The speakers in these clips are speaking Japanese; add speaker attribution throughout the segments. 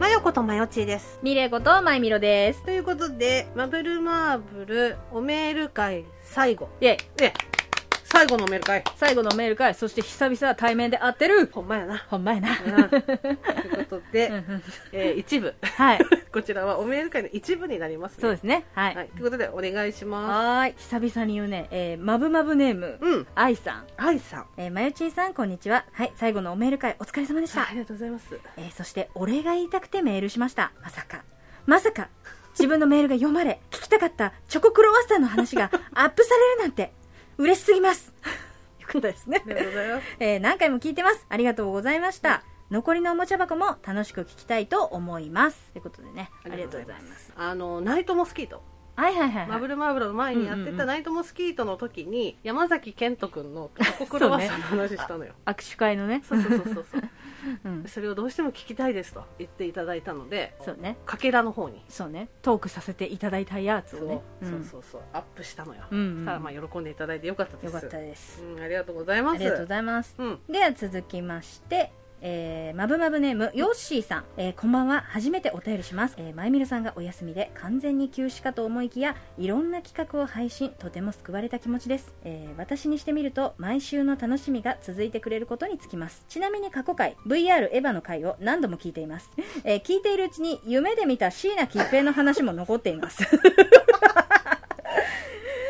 Speaker 1: マヨコとマヨチーです。
Speaker 2: ミレコとマイミロです。
Speaker 1: ということで、マブルマーブルおメール会最後。
Speaker 2: イェイ
Speaker 1: ええ、最後のメール会。
Speaker 2: 最後のメール会、そして久々対面で会ってる
Speaker 1: ほんまやな。
Speaker 2: ほんまやな。
Speaker 1: うんということで、
Speaker 2: うんうん
Speaker 1: えー一部。
Speaker 2: はい。
Speaker 1: こちらはおメール会の一部になりますね。
Speaker 2: そうですね。はい。
Speaker 1: はい。ということで、お願いしま
Speaker 2: はーい。久々に言うね。えー、まぶまぶネーム
Speaker 1: す。、うん。
Speaker 2: アイさん。
Speaker 1: はいさん。
Speaker 2: えー、まゆちーさん、こんにちは。はい。最後のおメール会、お疲れ様でした
Speaker 1: あ。りがとうございます。
Speaker 2: えー、そして、お礼が言いたくてメールしました。まさか。まさか。自分のメールが読まれ、聞きたかったチョコクロワッサンの話がアップされるなんて、嬉しすぎます。よかったですね
Speaker 1: あ。りがとうございます。
Speaker 2: えー何回も聞いてます。ありがとうございました。残りのおもちゃ箱も楽しく聞きたいと思います。ということでね、ありがとうございます。
Speaker 1: あの、ナイトモスキート。
Speaker 2: はいはいはい、
Speaker 1: マ
Speaker 2: は
Speaker 1: ブ
Speaker 2: い。
Speaker 1: ルマーブルの前にやっ
Speaker 2: うん
Speaker 1: て
Speaker 2: うんう
Speaker 1: た
Speaker 2: ん
Speaker 1: ナイトモスキートの時に、山崎賢人くんのチョコクロワッサンの話したのよ。
Speaker 2: 握手会のね。
Speaker 1: そうそうそうそうそう。
Speaker 2: うん
Speaker 1: それをどうしても聞きたいですと言っていただいたので
Speaker 2: そうね。
Speaker 1: かけらの方に
Speaker 2: そうね。トークさせていただいたやつ
Speaker 1: そ
Speaker 2: を
Speaker 1: う,、
Speaker 2: ね。
Speaker 1: そ
Speaker 2: ん
Speaker 1: うそうそうアップしたのよ、
Speaker 2: うんうん
Speaker 1: さあまあ喜んでいただいてよかったです
Speaker 2: よかったです。
Speaker 1: うん、ありがとうござい
Speaker 2: あ
Speaker 1: ます
Speaker 2: りがとうございます。
Speaker 1: うん
Speaker 2: では続きまして、えー、まぶまぶネームヨッシーさん、えーこんばんは初めてお便りします、えー、まゆみるさんがお休みで完全に休止かと思いきやいろんな企画を配信とても救われた気持ちです、えー私にしてみると毎週の楽しみが続いてくれることにつきますちなみに過去回 VR エヴァの回を何度も聞いています、えー聞いているうちに夢で見た椎名桔平の話も残っています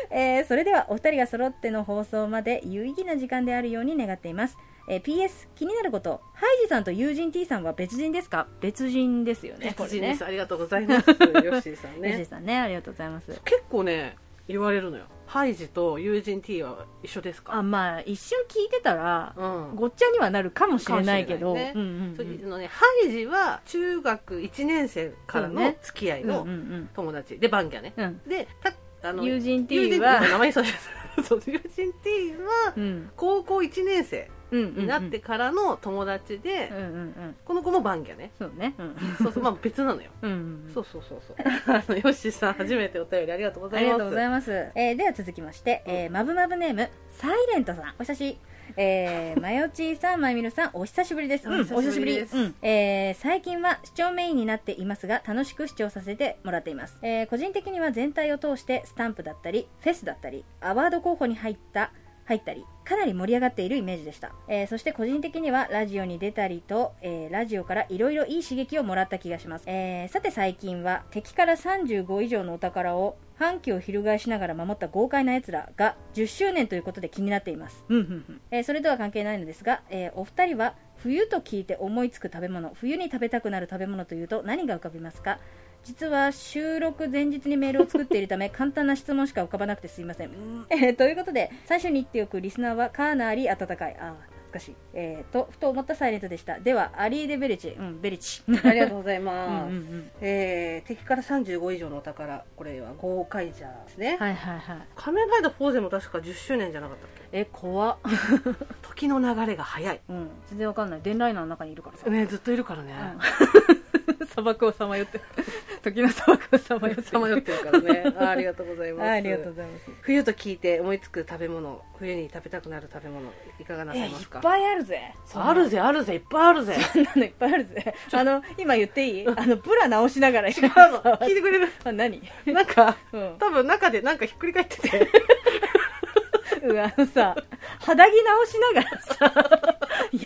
Speaker 2: えーそれではお二人が揃っての放送まで有意義な時間であるように願っています、えー PS 気になることハイジさんと友人 T さんは別人ですか別人ですよねこ
Speaker 1: 別
Speaker 2: れ
Speaker 1: 人
Speaker 2: ね
Speaker 1: です、ありがとうございますヨッシーさん
Speaker 2: ヨッシー
Speaker 1: ね
Speaker 2: さんねありがとうございます
Speaker 1: 結構ね言われるのよハイジと友人 T は一緒です
Speaker 2: あ
Speaker 1: か
Speaker 2: まあ一瞬聞いてたら
Speaker 1: うん
Speaker 2: ごっちゃにはなるかもしれないけど
Speaker 1: かもしれないね
Speaker 2: うんうんうん
Speaker 1: そういうのねハイジは中学1年生から
Speaker 2: そう
Speaker 1: の
Speaker 2: ね
Speaker 1: 付き合い
Speaker 2: うん
Speaker 1: の
Speaker 2: うん
Speaker 1: 友達、でバンギャね
Speaker 2: うんうん
Speaker 1: でたあの
Speaker 2: 友人 T
Speaker 1: 友人
Speaker 2: は
Speaker 1: 名前そうです そう友人 T は
Speaker 2: うん
Speaker 1: 高校1年生
Speaker 2: うんうんうん
Speaker 1: になってからの友達で、
Speaker 2: うんうんうん
Speaker 1: この子もバンギャね
Speaker 2: そうねうん
Speaker 1: そうそうまあ別なのよ
Speaker 2: うんうん
Speaker 1: そうそうそうそうあのヨッシーさん初めてお便りありがとうござ
Speaker 2: あ
Speaker 1: い
Speaker 2: り
Speaker 1: ます
Speaker 2: がとうございます。えーでは続きまして、えー、まぶまぶネーム、サイレントさん。お久しぶり。えー、まよちーさん、まゆみるさん、お久しぶりです。
Speaker 1: うんお久しぶりです
Speaker 2: うんえー最近は視聴メインになっていますが、楽しく視聴させてもらっています。えー個人的には全体を通して、スタンプだったり、フェスだったり、アワード候補に入った、入ったり、かなり盛り上がっているイメージでした。えーそして個人的にはラジオに出たりと、えーラジオからいろいろいい刺激をもらった気がします。えーさて最近は、敵から35以上のお宝を、反旗を翻しながら守った豪快な奴らが10周年ということで気になっています。
Speaker 1: うんうん
Speaker 2: えーそれとは関係ないのですが、えーお二人は冬と聞いて思いつく食べ物冬に食べたくなる食べ物というと何が浮かびますか実は収録前日にメールを作っているた め簡単な質問しか浮かばなくてすいません、えーということで最初に言っておくリスナーはかなり温かいあー懐かしい、えーとふと思ったサイレントでしたではアリーデ・ベリチ うんベリチ
Speaker 1: うんありがとうござい
Speaker 2: うんうん
Speaker 1: ます、
Speaker 2: うん
Speaker 1: えー敵から35以上のお宝これは豪快じゃですね、
Speaker 2: はいはいはい
Speaker 1: 仮面ライダーフォーゼも確か10周年じゃなかったっけ
Speaker 2: え怖っ、
Speaker 1: 時の流れが早い
Speaker 2: うん、全然わかんない電ライナーの中にいるからさ
Speaker 1: ねずっといるからね
Speaker 2: うん砂漠をさまよって時の砂漠をさまよって
Speaker 1: さまよってるからねあーありがとうございます
Speaker 2: あありがとうございます
Speaker 1: 冬と聞いて思いつく食べ物冬に食べたくなる食べ物いかがなさいますか
Speaker 2: ぱいあるぜ
Speaker 1: そうあるぜあるぜいっぱいあるぜ
Speaker 2: そんなのいっぱいあるぜあの今言っていいあのブラ直しながら違う
Speaker 1: あの聞いてくれる
Speaker 2: あ何
Speaker 1: なんか
Speaker 2: うん
Speaker 1: 多分中でなんかひっくり返って て
Speaker 2: うわあのさ肌着直しながらさ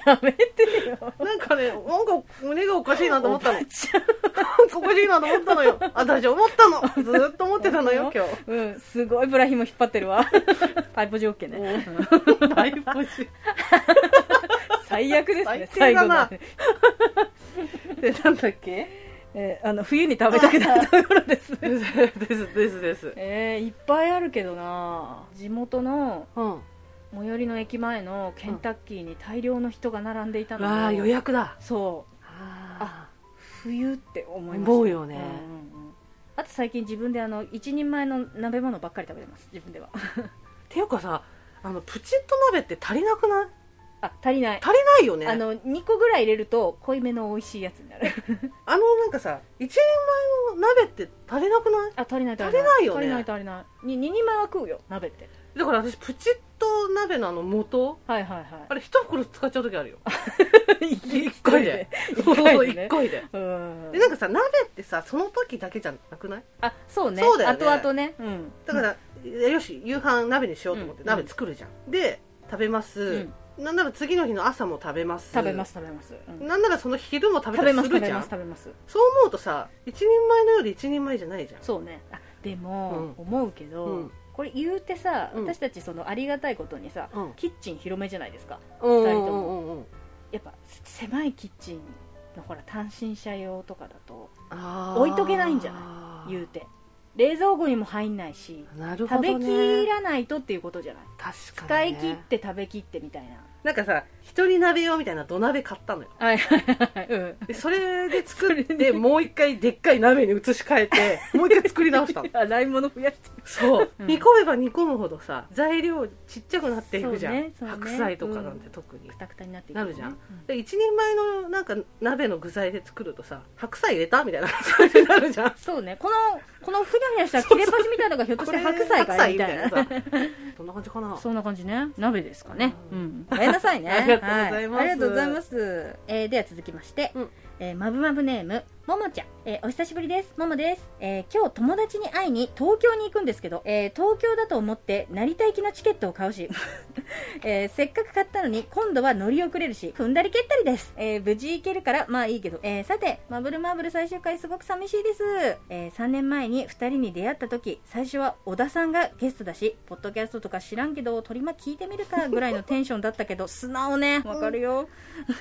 Speaker 2: やめてよ
Speaker 1: なんかねなんか胸がおかしいなと思ったの
Speaker 2: お
Speaker 1: なん
Speaker 2: ばちゃん
Speaker 1: かおかしいなと思ったのよ私思ったのずーっと思ってたの よ今
Speaker 2: うんすごいブラ紐引っ張ってるわパイプ条件ねうん
Speaker 1: 日 大募集
Speaker 2: 最悪ですね
Speaker 1: 最
Speaker 2: 最
Speaker 1: 低だ
Speaker 2: 後
Speaker 1: な
Speaker 2: のね
Speaker 1: でなんだっけ
Speaker 2: えーあの冬に食べたくなるところです
Speaker 1: ですですです
Speaker 2: えー、いっぱいあるけどな地元の
Speaker 1: うんわ
Speaker 2: 最寄りの駅前のケンタッキーに大量の人が並んでいたの
Speaker 1: あ予約だ
Speaker 2: そう
Speaker 1: あ
Speaker 2: 冬って思いました
Speaker 1: 思うよね
Speaker 2: んんうんあと最近自分であの一人前の鍋物ばっかり食べてます自分 では
Speaker 1: ていうかさあのプチッと鍋って足りなくない
Speaker 2: あ足りない
Speaker 1: 足りないよね
Speaker 2: あの2個ぐらい入れると濃いめの美味しいやつになる
Speaker 1: あのなんかさ1人前の鍋って足りなくない
Speaker 2: あ足りない 足
Speaker 1: 足り
Speaker 2: りない
Speaker 1: ないよね
Speaker 2: 足りない足りないに2人前は食うよ鍋って
Speaker 1: だから私プチッと鍋のあの元
Speaker 2: はいはい
Speaker 1: あ れ一袋使っちゃう時あるよ
Speaker 2: はい 一
Speaker 1: 一回でそうそう
Speaker 2: 一回でね
Speaker 1: 一回で
Speaker 2: うん
Speaker 1: でなんかさ鍋ってさその時だけじゃなくない
Speaker 2: あそうね
Speaker 1: そうだよね
Speaker 2: 後々ね、うん、
Speaker 1: だから、よし夕飯鍋にしようと思って、
Speaker 2: うん
Speaker 1: 鍋作るじゃんで食べます、なんなら次の日の朝も食べます
Speaker 2: 食べます食べます、うん
Speaker 1: なんならその昼も食べ
Speaker 2: 食
Speaker 1: た
Speaker 2: べ
Speaker 1: り
Speaker 2: ますす
Speaker 1: る
Speaker 2: 食
Speaker 1: じ
Speaker 2: べ
Speaker 1: ゃ
Speaker 2: ま
Speaker 1: ん
Speaker 2: す食べます
Speaker 1: そう思うとさ一人前のより一人前じゃないじゃん
Speaker 2: そうねあでも、思うけど、
Speaker 1: うん
Speaker 2: これ言うてさ、
Speaker 1: うん
Speaker 2: 私たちそのありがたいことにさ、
Speaker 1: うん
Speaker 2: キッチン広めじゃないですか
Speaker 1: うん
Speaker 2: 二人とも
Speaker 1: うんうんうん
Speaker 2: やっぱせ狭いキッチンのほら単身者用とかだと
Speaker 1: あー
Speaker 2: 置いとけないんじゃ言うて冷蔵庫にも入んないし
Speaker 1: なるほ
Speaker 2: 食
Speaker 1: ど、ね、
Speaker 2: べきらないとっていうことじゃない、
Speaker 1: 確か
Speaker 2: 使
Speaker 1: に、
Speaker 2: い
Speaker 1: ね、
Speaker 2: 切って食べきってみたいな
Speaker 1: なんかさ一人鍋用みたいな土鍋買ったのよ
Speaker 2: はいはいはいうん
Speaker 1: で それで作 っ
Speaker 2: それ
Speaker 1: て
Speaker 2: で
Speaker 1: もう一回でっかい鍋に移し替えてもう一回作 り直 したの
Speaker 2: 洗い物増やして
Speaker 1: そう、
Speaker 2: うん
Speaker 1: 煮込めば煮込むほどさ材料ちっちゃくなっていくじゃん、
Speaker 2: そうねそうね
Speaker 1: 白菜とかなんて特に、
Speaker 2: くたくたになってい
Speaker 1: なるじゃん
Speaker 2: うん
Speaker 1: で一人前のなんか鍋の具材で作るとさ白菜入れたみたいな 感じになるじゃん
Speaker 2: そうねこのこのふにゃふにゃした切れ端みたいなのがひょっとして白菜かいみたいな
Speaker 1: 白菜みたいなさそんな感じかな
Speaker 2: そんな感じね鍋ですかね
Speaker 1: う
Speaker 2: うんごめんなさいね
Speaker 1: ありがとうございます
Speaker 2: はありがとうございます、えーでは続きまして、
Speaker 1: うん
Speaker 2: えーまぶまぶネームももちゃん、えーお久しぶりですももです、えー今日友達に会いに東京に行くんですけど、えー東京だと思って成田行きのチケットを買うし、 えーせっかく買ったのに今度は乗り遅れるし踏んだり蹴ったりです、えー無事行けるからまあいいけど、えーさてマブルマーブル最終回すごく寂しいです、え3年前に2人に出会った時最初は小田さんがゲストだしポッドキャストとか知らんけど取りま聞いてみ るかぐらいのテンションだったけど素直ねわかるよ、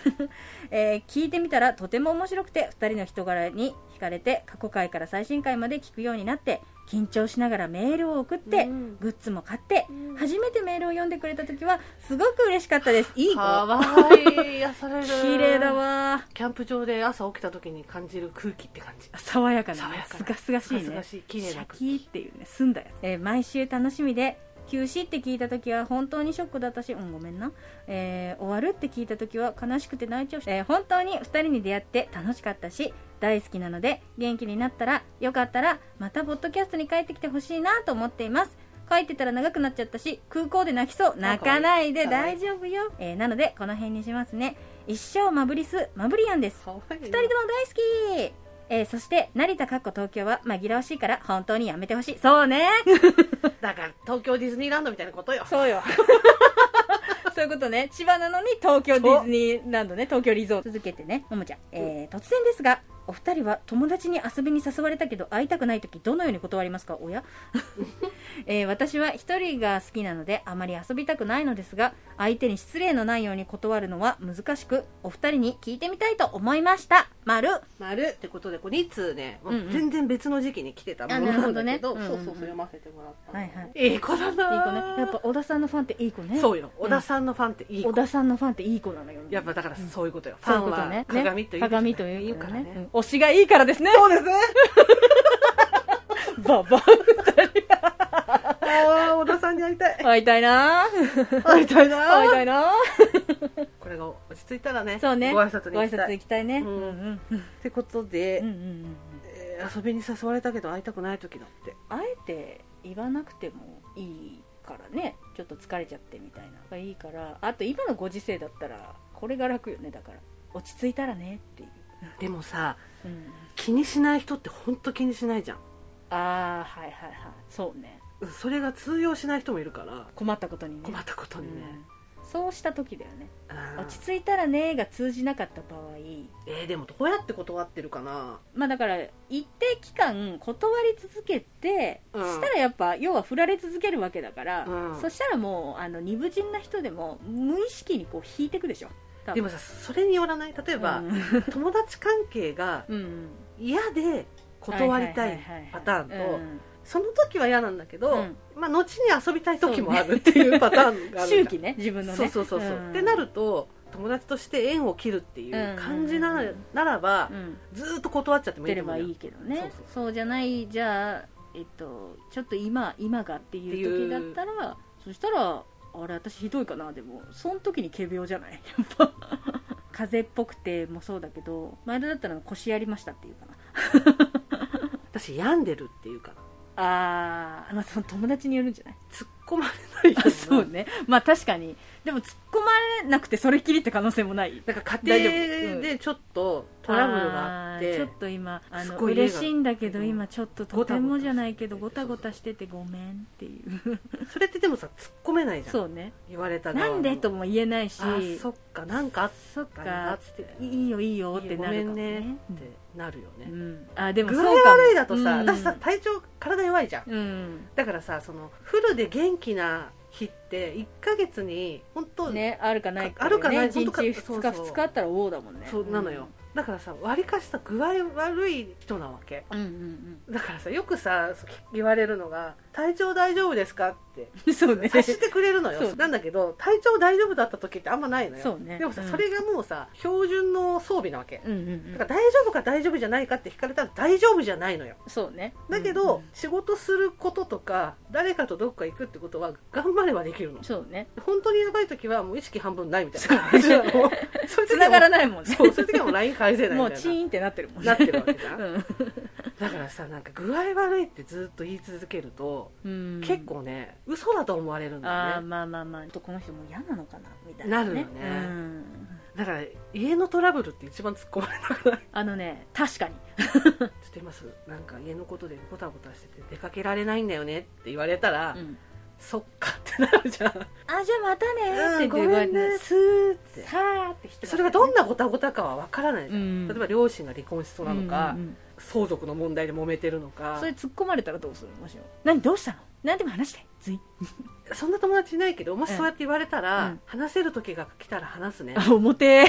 Speaker 2: えー聞いてみたらとても面白くて2人の人柄に惹かれて過去回から最新回まで聞くようになって緊張しながらメールを送って、
Speaker 1: うん
Speaker 2: グッズも買って、
Speaker 1: うん
Speaker 2: 初めてメールを読んでくれた時はすごく嬉しかったですいい子
Speaker 1: かわいい癒される
Speaker 2: 綺麗だわ
Speaker 1: キャンプ場で朝起きた時に感じる空気って感じ
Speaker 2: 爽やかな
Speaker 1: 爽や
Speaker 2: ね
Speaker 1: かな
Speaker 2: すがすがしいね
Speaker 1: すがすがしい綺麗
Speaker 2: シ
Speaker 1: な
Speaker 2: ャ
Speaker 1: 空
Speaker 2: キーっていうね澄んだやつ、えー毎週楽しみで休止って聞いた時は本当にショックだったし、うん、ごめんな、えー終わるって聞いた時は悲しくて泣いちゃうし、えー本当に2人に出会って楽しかったし大好きなので元気になったらよかったらまたポッドキャストに帰ってきてほしいなと思っています書いてたら長くなっちゃったし空港で泣きそう泣かないで
Speaker 1: なんかい
Speaker 2: 大
Speaker 1: い
Speaker 2: 丈夫よ、えーなのでこの辺にしますね一生マブリスマブリアンです
Speaker 1: かわいい
Speaker 2: 二人とも大好きえーそして成田かっこ東京は紛らわしいから本当にやめてほしいそうね
Speaker 1: だから東京ディズニーランドみたいなことよ
Speaker 2: そうよ そういうことね千葉なのに東京ディズニーランドね東京リゾート続けてねももちゃん、えー、突然ですがお二人は友達に遊びに誘われたけど会いたくない時どのように断りますか おや、えー私は一人が好きなのであまり遊びたくないのですが相手に失礼のないように断るのは難しくお二人に聞いてみたいと思いましたまる
Speaker 1: 丸ってことでこう2通ね、もう
Speaker 2: うんうん
Speaker 1: 全然別の時期に来てたものなんだけど
Speaker 2: あなるほどね
Speaker 1: そうそう
Speaker 2: うんうん
Speaker 1: そう
Speaker 2: うん
Speaker 1: 読ませてもらったの
Speaker 2: はいはい
Speaker 1: いい子だない
Speaker 2: い子ね。やっぱ小田さんのファンっていい子ね。
Speaker 1: そうよ小田さんのファンっていい子、
Speaker 2: 小田さんのファンっていい子なのよ。
Speaker 1: やっぱだからそういうことよ、フ
Speaker 2: そうい
Speaker 1: ァ
Speaker 2: う
Speaker 1: ン
Speaker 2: こと
Speaker 1: は
Speaker 2: ね。
Speaker 1: 鏡という
Speaker 2: ね
Speaker 1: か
Speaker 2: 鏡という
Speaker 1: か
Speaker 2: からね。
Speaker 1: ね
Speaker 2: うん推しがいいからですね。
Speaker 1: そうですね
Speaker 2: ババ
Speaker 1: ああ小田さんに会いた い
Speaker 2: 会いたいな。
Speaker 1: 会いたい
Speaker 2: 会い
Speaker 1: な
Speaker 2: たいな。
Speaker 1: これが落ち着いたらね
Speaker 2: そうね。
Speaker 1: ご挨拶に
Speaker 2: ご
Speaker 1: 行
Speaker 2: 挨
Speaker 1: きた
Speaker 2: 拶
Speaker 1: い
Speaker 2: 行きたいね。
Speaker 1: うん
Speaker 2: うんうん
Speaker 1: ってことで、
Speaker 2: うんうん。
Speaker 1: えー遊びに誘われたけど会いたくない時だって
Speaker 2: あえて言わなくてもいいからね。ちょっと疲れちゃってみたいな。がいいから。あと今のご時世だったらこれが楽よね。だから落ち着いたらねっていう。
Speaker 1: でもさ
Speaker 2: うん
Speaker 1: 気にしない人って本当気にしないじゃん
Speaker 2: ああはいはいはい。そうね。
Speaker 1: それが通用しない人もいるから
Speaker 2: 困ったことにね。
Speaker 1: 困ったことにね、
Speaker 2: うんそうした時だよね
Speaker 1: うん
Speaker 2: 落ち着いたらねが通じなかった場合
Speaker 1: えー、でもどうやって断ってるかな
Speaker 2: まあだから一定期間断り続けて、
Speaker 1: うん
Speaker 2: したらやっぱ要は振られ続けるわけだから、
Speaker 1: うん
Speaker 2: そしたらもうあの二部人な人でも無意識にこう引いてくでしょ多分
Speaker 1: でもさそれによらない例えば、
Speaker 2: うん
Speaker 1: 友達関係が
Speaker 2: うん
Speaker 1: 嫌で断りたいパターンと、
Speaker 2: うん
Speaker 1: その時は嫌なんだけど、
Speaker 2: うん
Speaker 1: まあ、後に遊びたい時もあるっていうパターンがあるん
Speaker 2: 周
Speaker 1: だ
Speaker 2: 期ね自分のね
Speaker 1: そうそうそうそう、
Speaker 2: ん
Speaker 1: ってなると友達として縁を切るっていう感じな,、
Speaker 2: うんうんうん
Speaker 1: ならば
Speaker 2: う、ん
Speaker 1: ずーっと断っちゃってもい
Speaker 2: 出
Speaker 1: いと思
Speaker 2: れば
Speaker 1: うよ
Speaker 2: いいけどね
Speaker 1: そ
Speaker 2: そうう
Speaker 1: そう
Speaker 2: じゃないじゃあ、えっと、ちょっと今今がっていう時だったらそしたらあれ私ひどいかなでもその時に仮病じゃ ないやっぱ風邪っぽくてもそうだけど前田だったら腰やりましたっていうかな
Speaker 1: 私病んでるっていうから
Speaker 2: あー、まあその友達によるんじゃない
Speaker 1: 突っ込まれないよ
Speaker 2: あ そうねまあ確かにでも突っ込まれなくてそれっきりって可能性もない
Speaker 1: なんか
Speaker 2: 大
Speaker 1: 家
Speaker 2: 丈夫
Speaker 1: 庭でちょっとトラブルがあって
Speaker 2: ーちょっと今あ
Speaker 1: す
Speaker 2: の
Speaker 1: ごい家が
Speaker 2: 嬉しいんだけど
Speaker 1: うん
Speaker 2: 今ちょっととてもじゃないけど
Speaker 1: ゴ
Speaker 2: ご
Speaker 1: タ
Speaker 2: た
Speaker 1: ゴ
Speaker 2: ご
Speaker 1: タ
Speaker 2: たしててごめんっていう
Speaker 1: それってでもさ突っ込めないじゃん
Speaker 2: そうね
Speaker 1: 言われた側
Speaker 2: な
Speaker 1: も
Speaker 2: んでとも言えないし
Speaker 1: あそっかなんかあっ
Speaker 2: そった
Speaker 1: んだ
Speaker 2: か
Speaker 1: っつって
Speaker 2: いいよいいよって
Speaker 1: ご
Speaker 2: な
Speaker 1: め
Speaker 2: るかも
Speaker 1: んね
Speaker 2: ね
Speaker 1: ってなるよ
Speaker 2: う
Speaker 1: ね、
Speaker 2: ん、あでも
Speaker 1: 具
Speaker 2: そ
Speaker 1: 合
Speaker 2: うかも
Speaker 1: 悪いだとさ、
Speaker 2: うん
Speaker 1: 私さ体調体弱いじゃん
Speaker 2: うん
Speaker 1: だからさそのフルで元気な日って1ヶ月に本当、
Speaker 2: ねあるかないか、ね、
Speaker 1: あるかない
Speaker 2: 1日
Speaker 1: 本当か
Speaker 2: 2日
Speaker 1: そうそう
Speaker 2: 2日あったらおおだもんね
Speaker 1: そうなのよ、だからさわりかしさ具合悪い人なわけ
Speaker 2: うん、うんうん
Speaker 1: だからさよくさそう言われるのが「体調大丈夫ですか?」って
Speaker 2: うん そうね
Speaker 1: 察してくれるの
Speaker 2: そ
Speaker 1: よ
Speaker 2: う
Speaker 1: なんだけど体調大丈夫だった時ってあんまないのよ
Speaker 2: そうね
Speaker 1: でもさ、
Speaker 2: うん
Speaker 1: それがもうさ標準の装備なわけ、
Speaker 2: うんうんうん
Speaker 1: だから大丈夫か大丈夫じゃないかって聞かれたら大丈夫じゃないのよ
Speaker 2: そうね
Speaker 1: だけ
Speaker 2: う
Speaker 1: ど
Speaker 2: ん、
Speaker 1: 仕事することとか誰かとどっか行くってことは頑張ればできるの
Speaker 2: うんそうね
Speaker 1: 本当にやばい時はもう意識半分ないみたいな感じなの そういう時
Speaker 2: つ
Speaker 1: は
Speaker 2: な
Speaker 1: も
Speaker 2: が
Speaker 1: う
Speaker 2: らないもんね
Speaker 1: そうそういう時はもう LINE 返せないみ
Speaker 2: もう
Speaker 1: たい
Speaker 2: チーンってなってるもん
Speaker 1: ななっ
Speaker 2: ね
Speaker 1: てるわけじゃん
Speaker 2: うん
Speaker 1: だからさなんか具合悪いってずっと言い続けると、
Speaker 2: うん
Speaker 1: 結構ね嘘だと思われるんだ
Speaker 2: あ
Speaker 1: よ
Speaker 2: ー
Speaker 1: ね
Speaker 2: まあまあまあちょっとこの人もう嫌なのかなみたいな、ね、
Speaker 1: なるよね
Speaker 2: うん
Speaker 1: だから家のトラブルって一番突っ込まれなくない
Speaker 2: あのね確かに
Speaker 1: ちょっと今すぐなんか家のことでごたごたしてて出かけられないんだよねって言われたら、
Speaker 2: うん
Speaker 1: そっかってなるじゃん
Speaker 2: あじゃあまた
Speaker 1: う
Speaker 2: ね
Speaker 1: ん
Speaker 2: ーって
Speaker 1: ごめんね
Speaker 2: スーって
Speaker 1: て
Speaker 2: さーって人
Speaker 1: それがどんなごたごたかは分からないじゃん、
Speaker 2: うん
Speaker 1: 例えば両親が離婚しそうなのか、
Speaker 2: うんうんうん
Speaker 1: 相続の問題で揉めてるのか
Speaker 2: それ突っ込まれたらどうするもしろ何どうしたの何でも話してつい
Speaker 1: そんな友達いないけどもしそうやって言われたら、
Speaker 2: うん
Speaker 1: 話せる時が来たら話すね
Speaker 2: あ表
Speaker 1: っ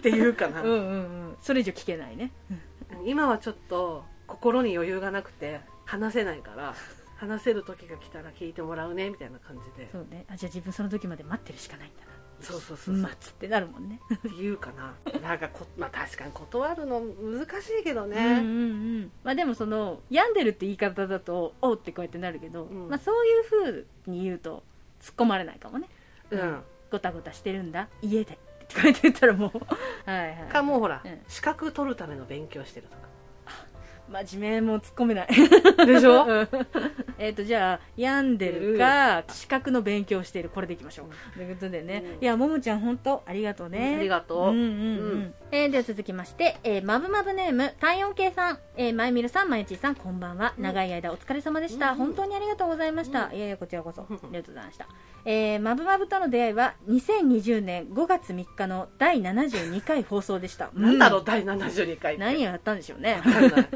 Speaker 1: ていうか
Speaker 2: う
Speaker 1: な、
Speaker 2: んうんうんそれ以上聞けないね
Speaker 1: 今はちょっと心に余裕がなくて話せないから話せる時が来たら聞いてもらうねみたいな感じで
Speaker 2: そうねあじゃあ自分その時まで待ってるしかないんだな
Speaker 1: そうそうそうそう、
Speaker 2: 待つってなるもんね
Speaker 1: っていうかななんかこ、まあ、確かに断るの難しいけどね、
Speaker 2: うんうんうんまあでもその病んでるって言い方だとおうってこうやってなるけど、
Speaker 1: うん
Speaker 2: まあそういう風に言うと突っ込まれないかもね
Speaker 1: うん
Speaker 2: ごたごたしてるんだ家でって書いて言ったらも うはいはい
Speaker 1: かもうほら、
Speaker 2: うん
Speaker 1: 資格取るための勉強してると
Speaker 2: 真面目も突っ込めない
Speaker 1: かでしょ、
Speaker 2: うんえっとじゃあ病んでるか資格の勉強してるこれでいきましょう、ということでね、
Speaker 1: うん
Speaker 2: いやももちゃん本当ありがとうね
Speaker 1: ありがとう、
Speaker 2: うんうんうん
Speaker 1: うん
Speaker 2: えーでは続きまして、えー、まぶまぶネーム体温計さん、えー、まゆみるさんまゆちーさんこんばんは、
Speaker 1: うん
Speaker 2: 長い間お疲れ様でした、
Speaker 1: うん
Speaker 2: 本当にありがとうございました、
Speaker 1: う
Speaker 2: いやいやこちらこそあ
Speaker 1: う
Speaker 2: り
Speaker 1: ん
Speaker 2: がとうございましたえーまぶまぶとの出会いは2020年5月3日の第72回放送でした
Speaker 1: なんだろう、
Speaker 2: う
Speaker 1: 第72回って
Speaker 2: 何をやったんでしょうね
Speaker 1: わかんない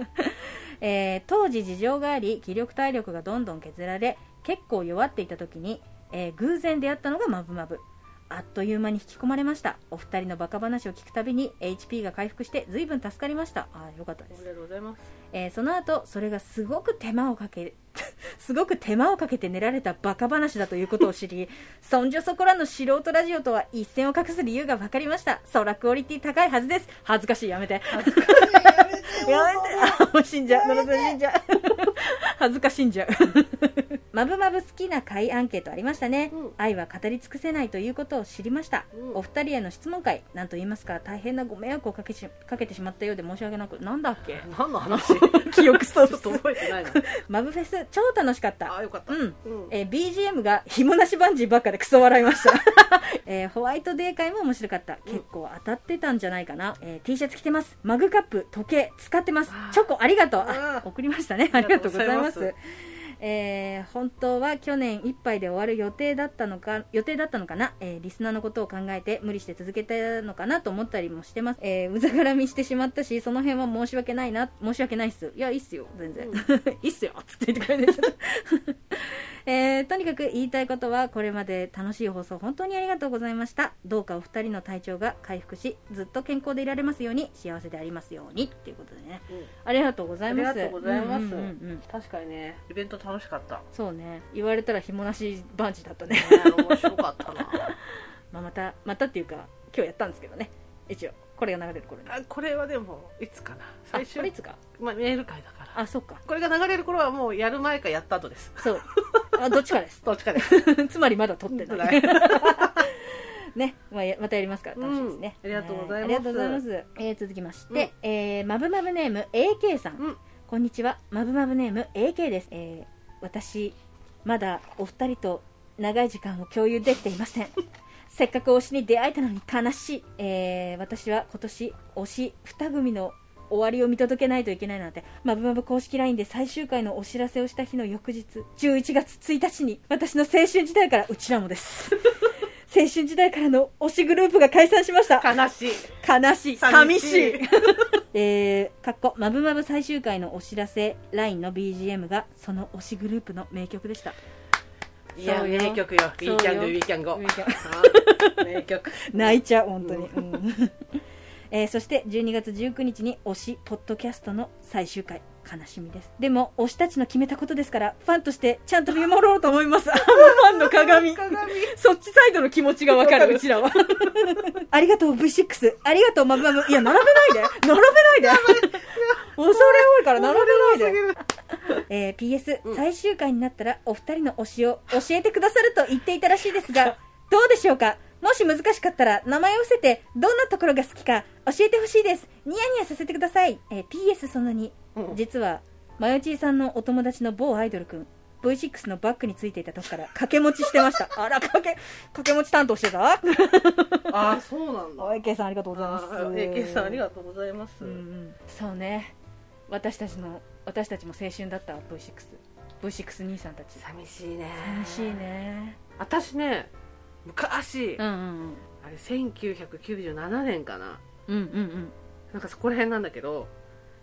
Speaker 2: えー当時事情があり気力体力がどんどん削られ結構弱っていた時に、えー偶然出会ったのがマブマブあっという間に引き込まれましたお二人のバカ話を聞くたびに HP が回復して随分助かりましたあーよかったで
Speaker 1: あ
Speaker 2: す
Speaker 1: りがとうございます
Speaker 2: えーその後それがすごく手間をかけ すごく手間をかけて練られたバカ話だということを知 りそんじょそこらの素人ラジオとは一線を画す理由が分かりましたそらクオリティ高いはずです恥ずかし いやめて恥ずかしいやめてあもう死んじゃう野田さん死んじゃう恥ずかしんじゃう まぶまぶ好きな会アンケートありましたね、
Speaker 1: うん
Speaker 2: 愛は語り尽くせないということを知りました、
Speaker 1: うん
Speaker 2: お二人への質問会なんと言いますか大変なご迷惑をかけしかけてしまったようで申し訳なくなんだっけ
Speaker 1: 何の話ち
Speaker 2: 記憶喪
Speaker 1: ょっと覚えてないな
Speaker 2: マブフェス超楽しかっ
Speaker 1: あ
Speaker 2: た
Speaker 1: あよかった、
Speaker 2: うん
Speaker 1: うん
Speaker 2: えー BGM がひもなしバンジーばっかでクソ笑いま した、えーホワイトデー会も面白かった結構当たってたんじゃないかな、えー T シャツ着てますマグカップ時計使ってます
Speaker 1: わあ
Speaker 2: チョコありがとう
Speaker 1: わあ
Speaker 2: あ送りましたねありがとうございます
Speaker 1: ありがとうござい
Speaker 2: えー本当は去年いっぱいで終わる予定だったのか予定だったのかな、えーリスナーのことを考えて無理して続けたのかなと思ったりもしてます、えーうざがらみしてしまったしその辺は申し訳ないな申し訳ないっすいやいいっすよ全然、
Speaker 1: うん
Speaker 2: いいっすよつって言ってくれてた えーとにかく言いたいことはこれまで楽しい放送本当にありがとうございましたどうかお二人の体調が回復しずっと健康でいられますように幸せでありますようにっていうことでね
Speaker 1: うん
Speaker 2: ありがとうございます
Speaker 1: ありがとうございます
Speaker 2: うんうんうんうん
Speaker 1: 確かにねイベント楽しかった
Speaker 2: そうね言われたらひもなしバンジーだっ たね
Speaker 1: 面白かったな
Speaker 2: まあまたまたっていうか今日やったんですけどね一応これが流れる頃にあ
Speaker 1: あこれはでもいつかな最
Speaker 2: これ
Speaker 1: 終
Speaker 2: いつか
Speaker 1: まあ、メール会だから
Speaker 2: あそうか
Speaker 1: これが流れる頃はもうやる前かやった後です
Speaker 2: そうあどっちかです
Speaker 1: どっちかです
Speaker 2: つまりまだ撮ってない
Speaker 1: ない
Speaker 2: ね、まあ、やまたやりますから楽しいですね、
Speaker 1: うんありがとうございます
Speaker 2: はありがとうございます、えー続きまして、えーまぶまぶネーム AK さん、
Speaker 1: うん
Speaker 2: こんにちはまぶまぶネーム AK です、えー私まだお二人と長い時間を共有できていません せっかく推しに出会えたのに悲しい、えー私は今年推し2組の終わりを見届けないといけないなんてまぶまぶ公式 LINE で最終回のお知らせをした日の翌日11月1日に私の青春時代からうちらもです 青春時代からの推しグループが解散しました
Speaker 1: 悲しい
Speaker 2: 悲しい 寂
Speaker 1: 寂
Speaker 2: し
Speaker 1: し
Speaker 2: い
Speaker 1: い
Speaker 2: えー、かっこまぶまぶ最終回のお知らせ LINE の BGM がその推しグループの名曲でした
Speaker 1: いや
Speaker 2: そうよ
Speaker 1: 名曲よ「We
Speaker 2: そうよ
Speaker 1: Can Do We Can Go
Speaker 2: 名」曲
Speaker 1: あー名曲
Speaker 2: 泣いちゃう本当に、うん えーそして12月19日に推しポッドキャストの最終回悲しみですでも推したちの決めたことですからファンとしてちゃんと見守ろうと思います あのファンの鏡 そっちサイドの気持ちがわかるうちらは ありがとう V6 ありがとうマブマブいや並べないで並べないで 恐れ多いから並べないでえー PS、
Speaker 1: うん
Speaker 2: 最終回になったらお二人の推しを教えてくださると言っていたらしいです がどうでしょうかもし難しかったら名前を伏せてどんなところが好きか教えてほしいですニヤニヤさせてください、えー PS その2
Speaker 1: うん
Speaker 2: 実はマヨチーさんのお友達の某アイドルくん V6 のバッグについていた時から掛け持ちしてま したあら掛け掛け持ち担当してた
Speaker 1: ああそうなんだ
Speaker 2: お AK さんありがとうございま
Speaker 1: あ
Speaker 2: す
Speaker 1: ー AK さんありがとうございます、
Speaker 2: うんうんそうね私たちの私たちも青春だったわ V6V6 兄さんたち
Speaker 1: 寂しいね
Speaker 2: 寂しいね
Speaker 1: 私ね昔、
Speaker 2: んうん
Speaker 1: あれ1997年かな
Speaker 2: うんうん
Speaker 1: なんかそこら辺なんだけど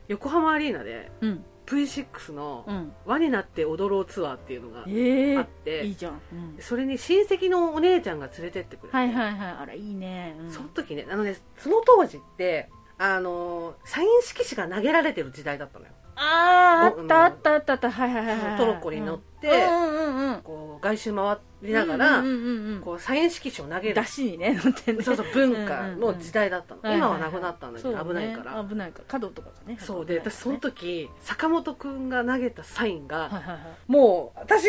Speaker 1: 横浜アリーナで
Speaker 2: うん
Speaker 1: V6 の
Speaker 2: ん
Speaker 1: 「輪になって踊ろう」ツアーっていうのが
Speaker 2: え
Speaker 1: あ
Speaker 2: え
Speaker 1: って、
Speaker 2: いいじゃん、うん
Speaker 1: それに親戚のお姉ちゃんが連れてってくれて、
Speaker 2: はいはいはいあらいいね、うん
Speaker 1: その時ねあのねその当時ってあのーサイン色紙が投げられてる時代だったのよ、
Speaker 2: あーあ
Speaker 1: お
Speaker 2: ったあったあったあったはいはいはい、はい、
Speaker 1: トロッコに乗っ
Speaker 2: う
Speaker 1: て、
Speaker 2: んうんうんうんうん
Speaker 1: こう外周回りながら、
Speaker 2: うんうんうんうん
Speaker 1: こうサイン色紙を投げる
Speaker 2: だしにね乗ってね
Speaker 1: そうそう文化の時代だったの、
Speaker 2: うんうんうん
Speaker 1: 今はなくなったんだけど、
Speaker 2: そう
Speaker 1: 危
Speaker 2: ね
Speaker 1: ないから
Speaker 2: 危ないから角とかがね
Speaker 1: そうで
Speaker 2: 危ない
Speaker 1: 私その時坂本くんが投げたサインが、
Speaker 2: はいはいはい
Speaker 1: もう私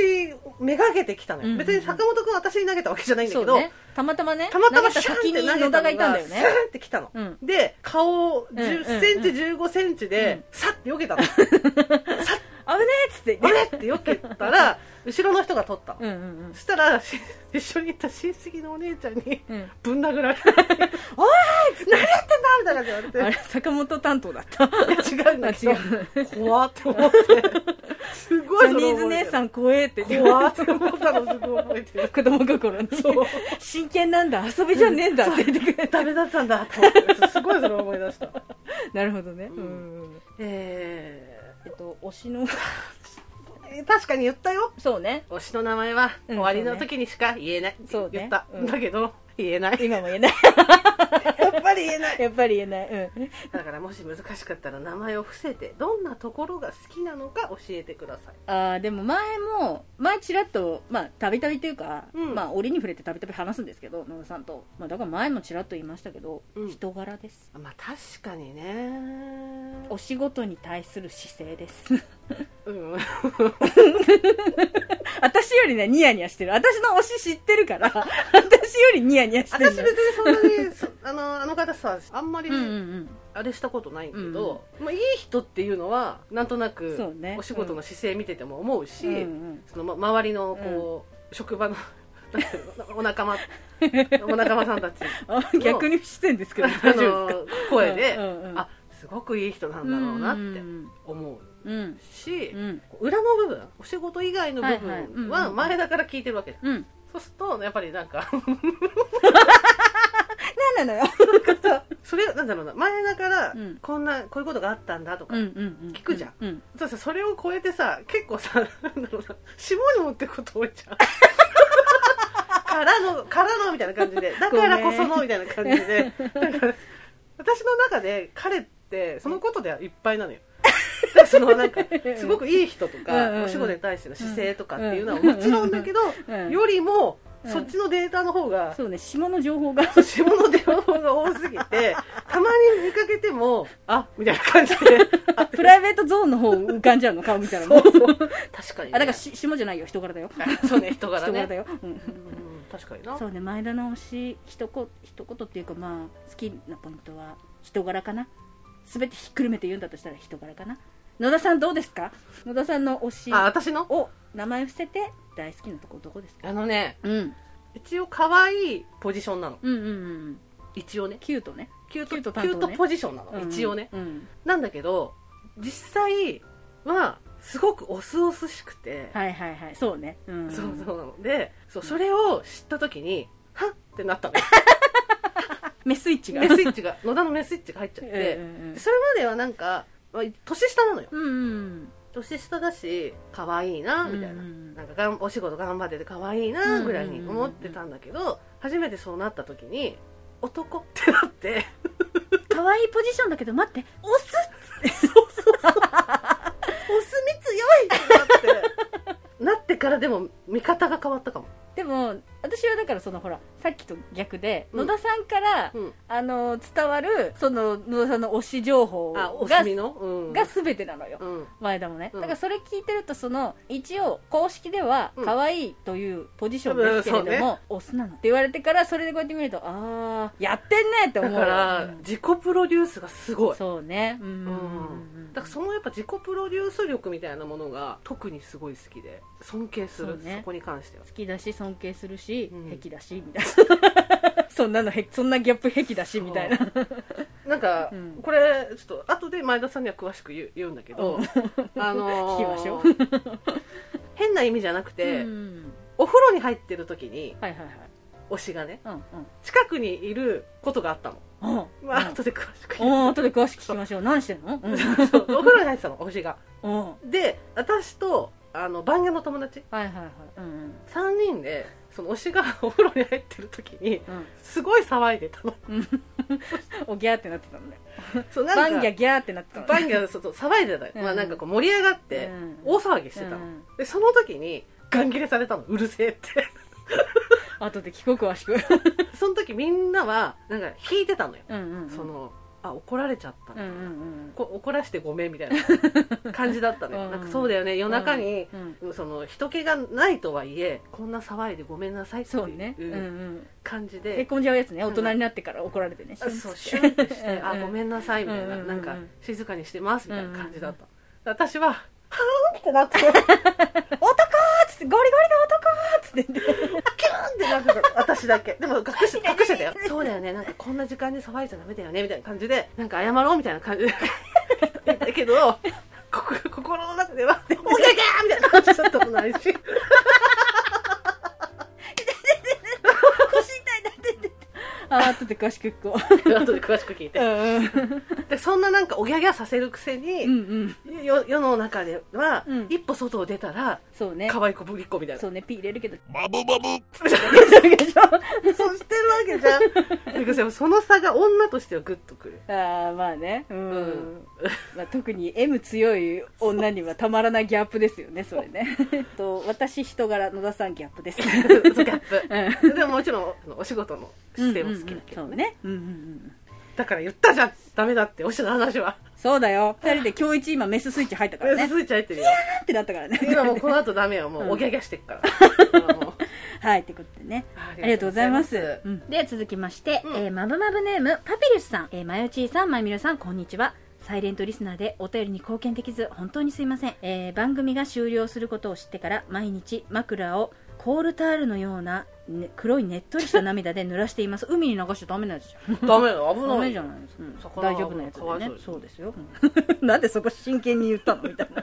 Speaker 1: めがけてきたのよ、
Speaker 2: うんうんうん
Speaker 1: 別に坂本くんは私に投げたわけじゃないんだ
Speaker 2: そう
Speaker 1: けど、
Speaker 2: ねたまたまね
Speaker 1: たまたま
Speaker 2: 投げ
Speaker 1: シャンって
Speaker 2: 先
Speaker 1: 投
Speaker 2: に
Speaker 1: げた
Speaker 2: 野
Speaker 1: の
Speaker 2: 田
Speaker 1: が
Speaker 2: がいたんだよ
Speaker 1: シャ
Speaker 2: ね
Speaker 1: ーンってきたの、
Speaker 2: うん
Speaker 1: で顔を
Speaker 2: うんうんうん
Speaker 1: 10センチ15センチで、さって避けたのあ
Speaker 2: 危ねえっつって
Speaker 1: れって避けた ら後ろの人が取ったの、
Speaker 2: うんうん
Speaker 1: そしたら し一緒にいた親戚のお姉ちゃんに
Speaker 2: うんうん
Speaker 1: ぶん殴 られて「おい何やってんだ!」みたいな感じで言
Speaker 2: あ
Speaker 1: わ
Speaker 2: れ
Speaker 1: れ
Speaker 2: 坂本担当 だった
Speaker 1: ていや違うんだ
Speaker 2: 違う
Speaker 1: 違う怖って思ってすご
Speaker 2: ジ
Speaker 1: い
Speaker 2: ャニーズ姉さ
Speaker 1: ん
Speaker 2: ん怖えって
Speaker 1: 怖って思ったのすごい覚えてる
Speaker 2: 子供心に
Speaker 1: そう
Speaker 2: 真剣なんだ遊びじゃねえんだって言ってくれた
Speaker 1: ダメだったんだと思ってすごいそれを思い出した
Speaker 2: なるほどね
Speaker 1: うん
Speaker 2: うん
Speaker 1: え
Speaker 2: えっと推しの
Speaker 1: ー確かに言ったよ
Speaker 2: そうね
Speaker 1: 推しの名前は
Speaker 2: う
Speaker 1: 終
Speaker 2: ん
Speaker 1: わりの時にしか言えないって
Speaker 2: そうね
Speaker 1: 言った、
Speaker 2: そうねうん
Speaker 1: だけど言え ない
Speaker 2: 今も言えない
Speaker 1: やっぱり言えない
Speaker 2: やっぱり言えないうん
Speaker 1: だからもし難しかったら名前を伏せてどんなところが好きなのか教えてください
Speaker 2: あーでも前も前ちらっとまあたびたびというか、
Speaker 1: うん
Speaker 2: まあ折に触れてたびたび話すんですけど野田さんと、まあ、だから前もちらっと言いましたけど、
Speaker 1: うん
Speaker 2: 人柄です
Speaker 1: まあ確かにね
Speaker 2: お仕事に対する姿勢です
Speaker 1: うん
Speaker 2: 私よりねニヤニヤしてる私の推し知ってるから 私よりニヤニヤしてる
Speaker 1: 私別にそんなにそあのあの方さあんまり
Speaker 2: うんうん
Speaker 1: あれしたことないけど、まあ、いい人っていうのはなんとなく
Speaker 2: そうね
Speaker 1: お仕事の姿勢見てても思うし、
Speaker 2: うんうんうん
Speaker 1: そのま周りのこう、職 場のお仲間お仲間さんたち
Speaker 2: あ逆に不自然ですけど
Speaker 1: あ
Speaker 2: 大丈夫ですか
Speaker 1: の声で、
Speaker 2: うんうんうん
Speaker 1: あすごくいい人なんだろうなっ
Speaker 2: うん
Speaker 1: て思う
Speaker 2: うん
Speaker 1: し、
Speaker 2: うん
Speaker 1: 裏の部分お仕事以外の部
Speaker 2: はいはいうんう
Speaker 1: 分
Speaker 2: ん
Speaker 1: は前だから聞いてるわけじゃん、
Speaker 2: うんうん
Speaker 1: そうするとやっぱりなんか
Speaker 2: 何なのよ
Speaker 1: それなんだろうな前だから
Speaker 2: うん
Speaker 1: こんなこういうことがあったんだとか、
Speaker 2: うんうんうん
Speaker 1: 聞くじゃん
Speaker 2: うん
Speaker 1: そうさそれを超えてさ結構さなんだろうな下に持ってくこと多いじゃんからのからのみたいな感じでだからこそのみたいな感じでだから私の中で彼ってそのことではいっぱいなのよだからそのなんかすごくいい人と
Speaker 2: うんうんう
Speaker 1: か
Speaker 2: ん
Speaker 1: お仕事に対しての姿勢とかっていうのはもちろんだけど
Speaker 2: うん
Speaker 1: よりも
Speaker 2: うん
Speaker 1: そっちのデータの方が
Speaker 2: そうね下の情報が
Speaker 1: 下のデータの方が多すぎ てたまに見かけてもあみたいな感じ であ
Speaker 2: プライベートゾーンの方浮かんじゃうの顔見たらもう
Speaker 1: そうそう確かにね、
Speaker 2: あだからし下じゃないよ人柄だよ
Speaker 1: あそうね人柄
Speaker 2: 人柄だ
Speaker 1: ね
Speaker 2: ようん
Speaker 1: うん確かにな
Speaker 2: そうね前田の推し一言一言っていうかまあ好きなポイントは人柄かな全てひっくるめて言うんだとしたら人柄かな野田さんどうですか野田さんの推し
Speaker 1: あ私の
Speaker 2: を名前伏せて大好きなとこどこですか
Speaker 1: あのね
Speaker 2: うん
Speaker 1: 一応可愛いポジションなの
Speaker 2: うんうんうん
Speaker 1: 一応ね
Speaker 2: キュートね
Speaker 1: キュート
Speaker 2: キュート担
Speaker 1: キ
Speaker 2: 当
Speaker 1: ュ
Speaker 2: ね
Speaker 1: ートポジションなの、
Speaker 2: うん
Speaker 1: 一応ね
Speaker 2: うん
Speaker 1: なんだけど実際はすごくオスオスしくて、
Speaker 2: はいはいはいそうねうん
Speaker 1: そうそうなのでそうそれを知った時にはっってなった のよ
Speaker 2: メスイッチが
Speaker 1: メスイッチが野田のメスイッチが入っちゃっ
Speaker 2: うん
Speaker 1: て、
Speaker 2: うん
Speaker 1: でそれまではなんかまあ年下なのよ
Speaker 2: うんうん
Speaker 1: 年下だし可愛いなみたいな、
Speaker 2: うん
Speaker 1: なんかがんお仕事頑張ってて可愛いなぐらいに
Speaker 2: うん
Speaker 1: 思ってたんだけど、初めてそうなった時に男ってな って
Speaker 2: 可愛いポジションだけど待ってオス
Speaker 1: お墨強いってなって なってからでも見方が変わったかも、
Speaker 2: でも私はだからそのほらさっきと逆で、
Speaker 1: うん
Speaker 2: 野田さんから、
Speaker 1: うん、
Speaker 2: あの伝わるその野田さんの推し情報
Speaker 1: あ
Speaker 2: が
Speaker 1: お墨の、うん、
Speaker 2: が全てなのよ
Speaker 1: うん
Speaker 2: 前田もね、
Speaker 1: うん
Speaker 2: だからそれ聞いてるとその一応公式では
Speaker 1: うん
Speaker 2: 可愛いというポジションですけれども、
Speaker 1: うんそう
Speaker 2: オスなのって言われてからそれでこうやって見るとああやってんねって思
Speaker 1: だ
Speaker 2: う
Speaker 1: から、
Speaker 2: うん
Speaker 1: 自己プロデュースがすごい
Speaker 2: そうねうん
Speaker 1: うんだからそのやっぱ自己プロデュース力みたいなものが特にすごい好きで尊敬す
Speaker 2: そ
Speaker 1: る
Speaker 2: う
Speaker 1: そ,、
Speaker 2: ね
Speaker 1: こに関しては
Speaker 2: 好きだし尊敬するし、
Speaker 1: うん
Speaker 2: 癖だしみたいな そんなのへそんなギャップ癖だしみたいな
Speaker 1: なんか、
Speaker 2: うん
Speaker 1: これちょっと後で前田さんには詳しく言う言うんだけど、あのー
Speaker 2: 聞きましょ
Speaker 1: 変な意味じゃなくて、
Speaker 2: うん
Speaker 1: お風呂に入ってる時に
Speaker 2: はいはいはい
Speaker 1: 推しがね
Speaker 2: うん
Speaker 1: 近くにいることがあったの、
Speaker 2: うんうん
Speaker 1: まあ後で詳しく
Speaker 2: う
Speaker 1: 言う、
Speaker 2: ん後で詳しく聞きましょう何してんのうん
Speaker 1: そうお風呂に入ってたの推しが
Speaker 2: うんは
Speaker 1: で私とあの番屋の友達
Speaker 2: いはいはいうんうん
Speaker 1: 3人でその推しがお風呂に入ってる時に
Speaker 2: うん
Speaker 1: すごい騒いでた の
Speaker 2: おギャーってなってたのね
Speaker 1: そうなんか
Speaker 2: バンギャギャーってなってたの
Speaker 1: バンギャそうそう騒いでたよ、
Speaker 2: うん
Speaker 1: まあなんかこう盛り上がって
Speaker 2: うん
Speaker 1: 大騒ぎしてたの、
Speaker 2: うん
Speaker 1: でその時にガン切れされたのうるせえって
Speaker 2: 後で聞こう詳しく
Speaker 1: その時みんなはなんか引いてたのよ、
Speaker 2: うんうんうん
Speaker 1: そのあ怒られちゃった、
Speaker 2: うんうんうん
Speaker 1: こ怒らしてごめんみたいな感じだったのよ、
Speaker 2: うん
Speaker 1: なんかそうだよね夜中に、
Speaker 2: うん
Speaker 1: その人気がないとはいえこんな騒いでごめんなさいって
Speaker 2: そうねうんう
Speaker 1: いうん感じ
Speaker 2: へ
Speaker 1: で、
Speaker 2: こんじゃうやつね大人になってから怒られてね
Speaker 1: あそうシ
Speaker 2: シュ
Speaker 1: ュ
Speaker 2: ンっ
Speaker 1: ン
Speaker 2: て
Speaker 1: ってして「あ
Speaker 2: うん
Speaker 1: ごめんなさい」みたいな、
Speaker 2: うんうん
Speaker 1: なんか静かにしてますみたいな感じだった、私は
Speaker 2: キュンってなって男ーっつってゴリゴリの男ーっつって
Speaker 1: キューンってなんか私だけでも隠 して隠してたよそうだよねなんかこんな時間に騒いじゃダメだよねみたいな感じでなんか謝ろうみたいな感じでだけどここ心の中では「おギャギャー!」みたいな感じだったもないし
Speaker 2: 腰痛いなってってあー後で詳しく聞 こ
Speaker 1: 後で詳しく聞いうて
Speaker 2: うんうん
Speaker 1: でそんななんかおギャギャさせるくせ
Speaker 2: う
Speaker 1: に、
Speaker 2: んうん
Speaker 1: よ世の中では、
Speaker 2: うん
Speaker 1: 一歩外を出たら
Speaker 2: そうね
Speaker 1: 可愛い子ぶりっ子みたいな
Speaker 2: そうねピー入れるけど
Speaker 3: バブバブ
Speaker 1: そうしてるわけじゃんだからその差が女としてはグッとく る
Speaker 2: ああまあねうん、
Speaker 1: うん
Speaker 2: まあ、特に M 強い女にはたまらないギャップですよねそれね と私人柄野田さんギャップで す
Speaker 1: ギャップ
Speaker 2: うん
Speaker 1: でももちろんあのお仕事の姿勢も好きだけど、
Speaker 2: うんうんうんそうね、うんうんうん、
Speaker 1: だから言ったじゃんダメだっておしの話は
Speaker 2: そうだよ2人で今日一今メススイッチ入ったからね
Speaker 1: 続いちゃってるよ
Speaker 2: パンってなった からね
Speaker 1: 今もうこの後ダメよも
Speaker 2: うん
Speaker 1: うおギャギャしてっから、もう
Speaker 2: はいってことでね ありがとうございます。では続きまして、
Speaker 1: うん
Speaker 2: えーマブマブネーム、パピルスさん、えー、マヨチーさん、マイミルさん、こんにちは。サイレントリスナーでお便りに貢献できず、本当にすいません。えー番組が終了することを知ってから、毎日枕をコールタールのような、ね黒いねっとりした涙で濡らしています。海に流しちゃダメなやつじゃん。
Speaker 1: ダメよ危ない
Speaker 2: ダメじゃないですか、うん
Speaker 1: 魚は
Speaker 2: 大丈夫なやつで
Speaker 1: かわい
Speaker 2: ね
Speaker 1: そうです
Speaker 2: そうですよ なんでそこ真剣に言ったのみたいな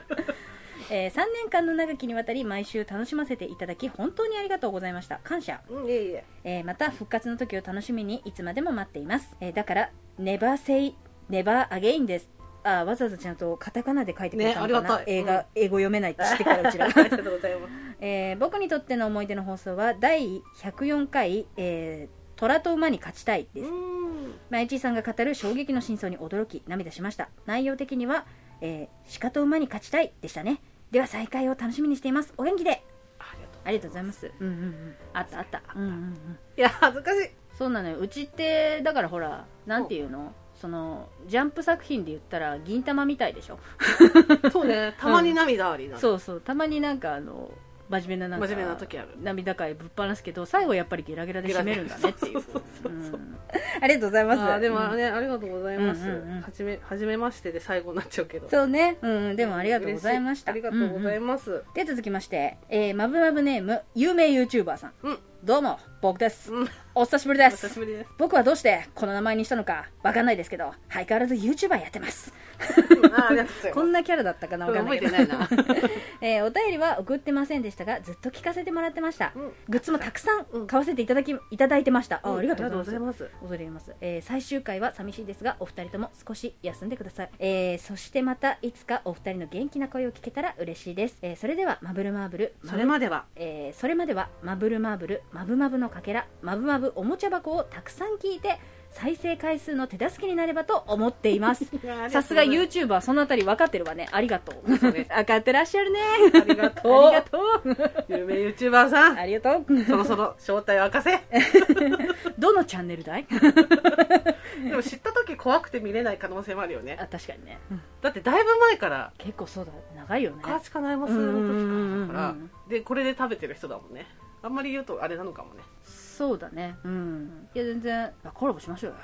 Speaker 2: えー、3年間の長きにわたり毎週楽しませていただき本当にありがとうございました感謝
Speaker 1: うんいえいえ
Speaker 2: えーまた復活の時を楽しみにいつまでも待っています、えーだから「ネバーセイネバーアゲインですあーわざわざちゃんとカタカナで書いてくれたのか
Speaker 1: ね
Speaker 2: な、
Speaker 1: ありがたい
Speaker 2: 映画、
Speaker 1: うん
Speaker 2: 英語読めないってしてからうち ら
Speaker 1: ありがとうございます
Speaker 2: えー僕にとっての思い出の放送は第104回、えー虎と馬に勝ちたい」です
Speaker 1: うん
Speaker 2: まゆちーさんが語る衝撃の真相に驚き涙しました内容的には、えー鹿と馬に勝ちたい」でしたねでは再会を楽しみにしていますお元気で
Speaker 1: ありがとう
Speaker 2: ありがとうございます、うんうんうん、あったあった、うんうんうん
Speaker 1: いや恥ずかしい
Speaker 2: そうなのようちってだからほらなんていうのそのジャンプ作品で言ったら銀玉みたいでしょ
Speaker 1: そうねたまに涙ありな、
Speaker 2: そうそうたまになんかあの真面目ななんか
Speaker 1: 真面目な時ある
Speaker 2: 涙かいぶっ放すけど最後やっぱりゲラゲラで締めるんだねってい
Speaker 1: ゲラ
Speaker 2: う
Speaker 1: ゲラそうそうそうそう
Speaker 2: うんありがとうございます
Speaker 1: あーでもね、ありがとうございます、
Speaker 2: うんうんうん
Speaker 1: はじめはじめましてで最後になっちゃうけど
Speaker 2: そうね、うんうん、でもありがとうございました
Speaker 1: 嬉しいありがとうござい
Speaker 2: ま
Speaker 1: ます、
Speaker 2: で続きまして、えー、マブマブネーム有名 YouTuber さん、
Speaker 1: うん
Speaker 2: どうも、僕です。
Speaker 1: うん、
Speaker 2: お久しぶりで
Speaker 1: 久し
Speaker 2: す。
Speaker 1: ぶりです。
Speaker 2: 僕はどうしてこの名前にしたのかわかんないですけど、相変わらず YouTuber やってます。
Speaker 1: うんあありがとうございます。
Speaker 2: こんなキャラだったかなわかんな
Speaker 1: 覚
Speaker 2: い
Speaker 1: え
Speaker 2: け
Speaker 1: てな。
Speaker 2: ど
Speaker 1: いな。
Speaker 2: えーお便りは送ってませんでしたがずっと聞かせてもらってました、
Speaker 1: うん
Speaker 2: グッズもたくさ
Speaker 1: うん
Speaker 2: ん買わせていただき、いただいてました あありがとうございます
Speaker 1: ます。
Speaker 2: 恐れ入ります、えー最終回は寂しいですがお二人とも少し休んでください、えーそしてまたいつかお二人の元気な声を聞けたら嬉しいです、えーそれではマブルマーブル
Speaker 1: それまでは、
Speaker 2: えーそれまではマブルマーブルマブマブのかけらマブマブおもちゃ箱をたくさん聞いて再生回数の手助けになればと思ってい ますさすが
Speaker 1: う
Speaker 2: YouTuber そのあたり分かってるわねありがとう
Speaker 1: そうです
Speaker 2: 分かってらっしゃるね
Speaker 1: ありがと
Speaker 2: ありが
Speaker 1: う。
Speaker 2: とう
Speaker 1: 有名ユーチューバーさん、
Speaker 2: ありがとう
Speaker 1: そろそろ正体を明かせ。
Speaker 2: どのチャンネルだい
Speaker 1: でも知った時怖くて見れない可能性もあるよね。
Speaker 2: あ確かにね、
Speaker 1: だってだいぶ前から、
Speaker 2: 結構そうだ長いよね
Speaker 1: カーチカナイモス
Speaker 2: うんうんうん
Speaker 1: の時
Speaker 2: うん
Speaker 1: からだから、で、これで食べてる人だもんね。あんまり言うとあれなのかもね。
Speaker 2: そうだねうんいや全然あコラボしましょうよ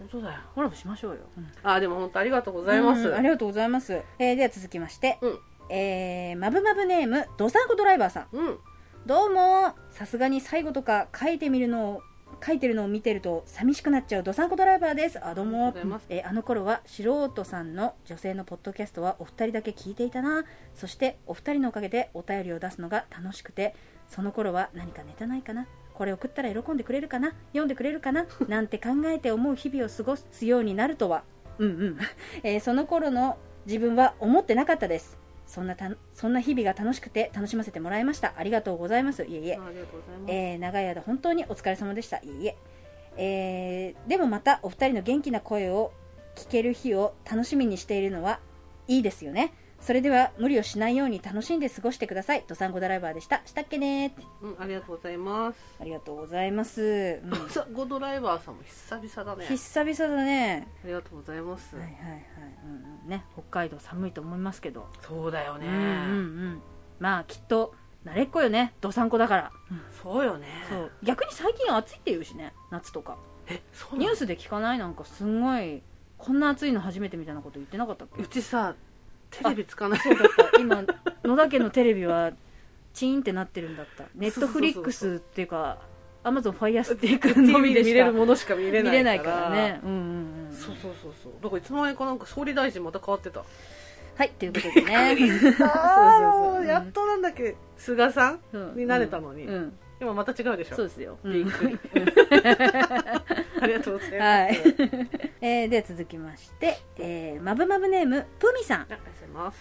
Speaker 1: 本当だよ。
Speaker 2: コラボしましょうよ、うん
Speaker 1: あ、でも本当ありがとうございます。
Speaker 2: うんありがとうございます、えーでは続きまして、
Speaker 1: うん
Speaker 2: えー、マブマブネームドサンコドライバーさん
Speaker 1: うん。
Speaker 2: どうもさすがに最後とか書いてみるのを書いてるのを見てると寂しくなっちゃうドサンコドライバーですあどう
Speaker 1: あ
Speaker 2: も
Speaker 1: りがとうございます
Speaker 2: えーあの頃は素人さんの女性のポッドキャストはお二人だけ聞いていたなそしてお二人のおかげでお便りを出すのが楽しくてその頃は何かネタないかなこれ送ったら喜んでくれるかな読んでくれるかななんて考えて思う日々を過ごすようになるとはうんうん、えーその頃の自分は思ってなかったですそんなたそんな日々が楽しくて楽しませてもらいましたありがとうございますいえいえ
Speaker 1: あありがとうございます。
Speaker 2: えー長い間本当にお疲れ様でしたいえいええーでもまたお二人の元気な声を聞ける日を楽しみにしているのはいいですよねそれでは無理をしないように楽しんで過ごしてくださいドサンゴドライバーでしたしたっけねー
Speaker 1: うん、ありがとうございます。
Speaker 2: ありがとうございます、うん
Speaker 1: ドサン ゴドライバーさんも久々だね。
Speaker 2: 久々だね
Speaker 1: ありがとうございます
Speaker 2: はい。はいはい、うんうん、ね北海道寒いと思いますけど
Speaker 1: そうだよ
Speaker 2: うんうんうんまあきっと慣れっこよねどさんこだから、
Speaker 1: そうよね。
Speaker 2: そう逆に最近暑いって言うしね夏とか
Speaker 1: え、そうな
Speaker 2: ニュ
Speaker 1: の
Speaker 2: ースで聞かないなんかすごいこんな暑いの初めてみたいなこと言ってなかったっけ
Speaker 1: うちさ、テレビつかない。
Speaker 2: そうだった 今野田家のテレビはチーンってなってるんだったネットフリックスっていうかアマゾンファイアスティックの
Speaker 1: TV
Speaker 2: み
Speaker 1: で
Speaker 2: で
Speaker 1: 見
Speaker 2: し
Speaker 1: れ
Speaker 2: か
Speaker 1: るものしか見れな
Speaker 2: 見
Speaker 1: いから
Speaker 2: れないからねうんうんうん
Speaker 1: そうそうそうそうだからいつの間にかなんか総理大臣また変わってた
Speaker 2: はいということでね そうそうそう
Speaker 1: やっとなんだっけ菅さん
Speaker 2: うん
Speaker 1: になれたのに、
Speaker 2: うんうん
Speaker 1: 今また違うでしょ
Speaker 2: そうですよ、
Speaker 1: びっくりありがとうございます、
Speaker 2: は
Speaker 1: あ
Speaker 2: い
Speaker 1: りがとう、
Speaker 2: えーで続きまして、えー、マブマブネームプミさん
Speaker 1: ございます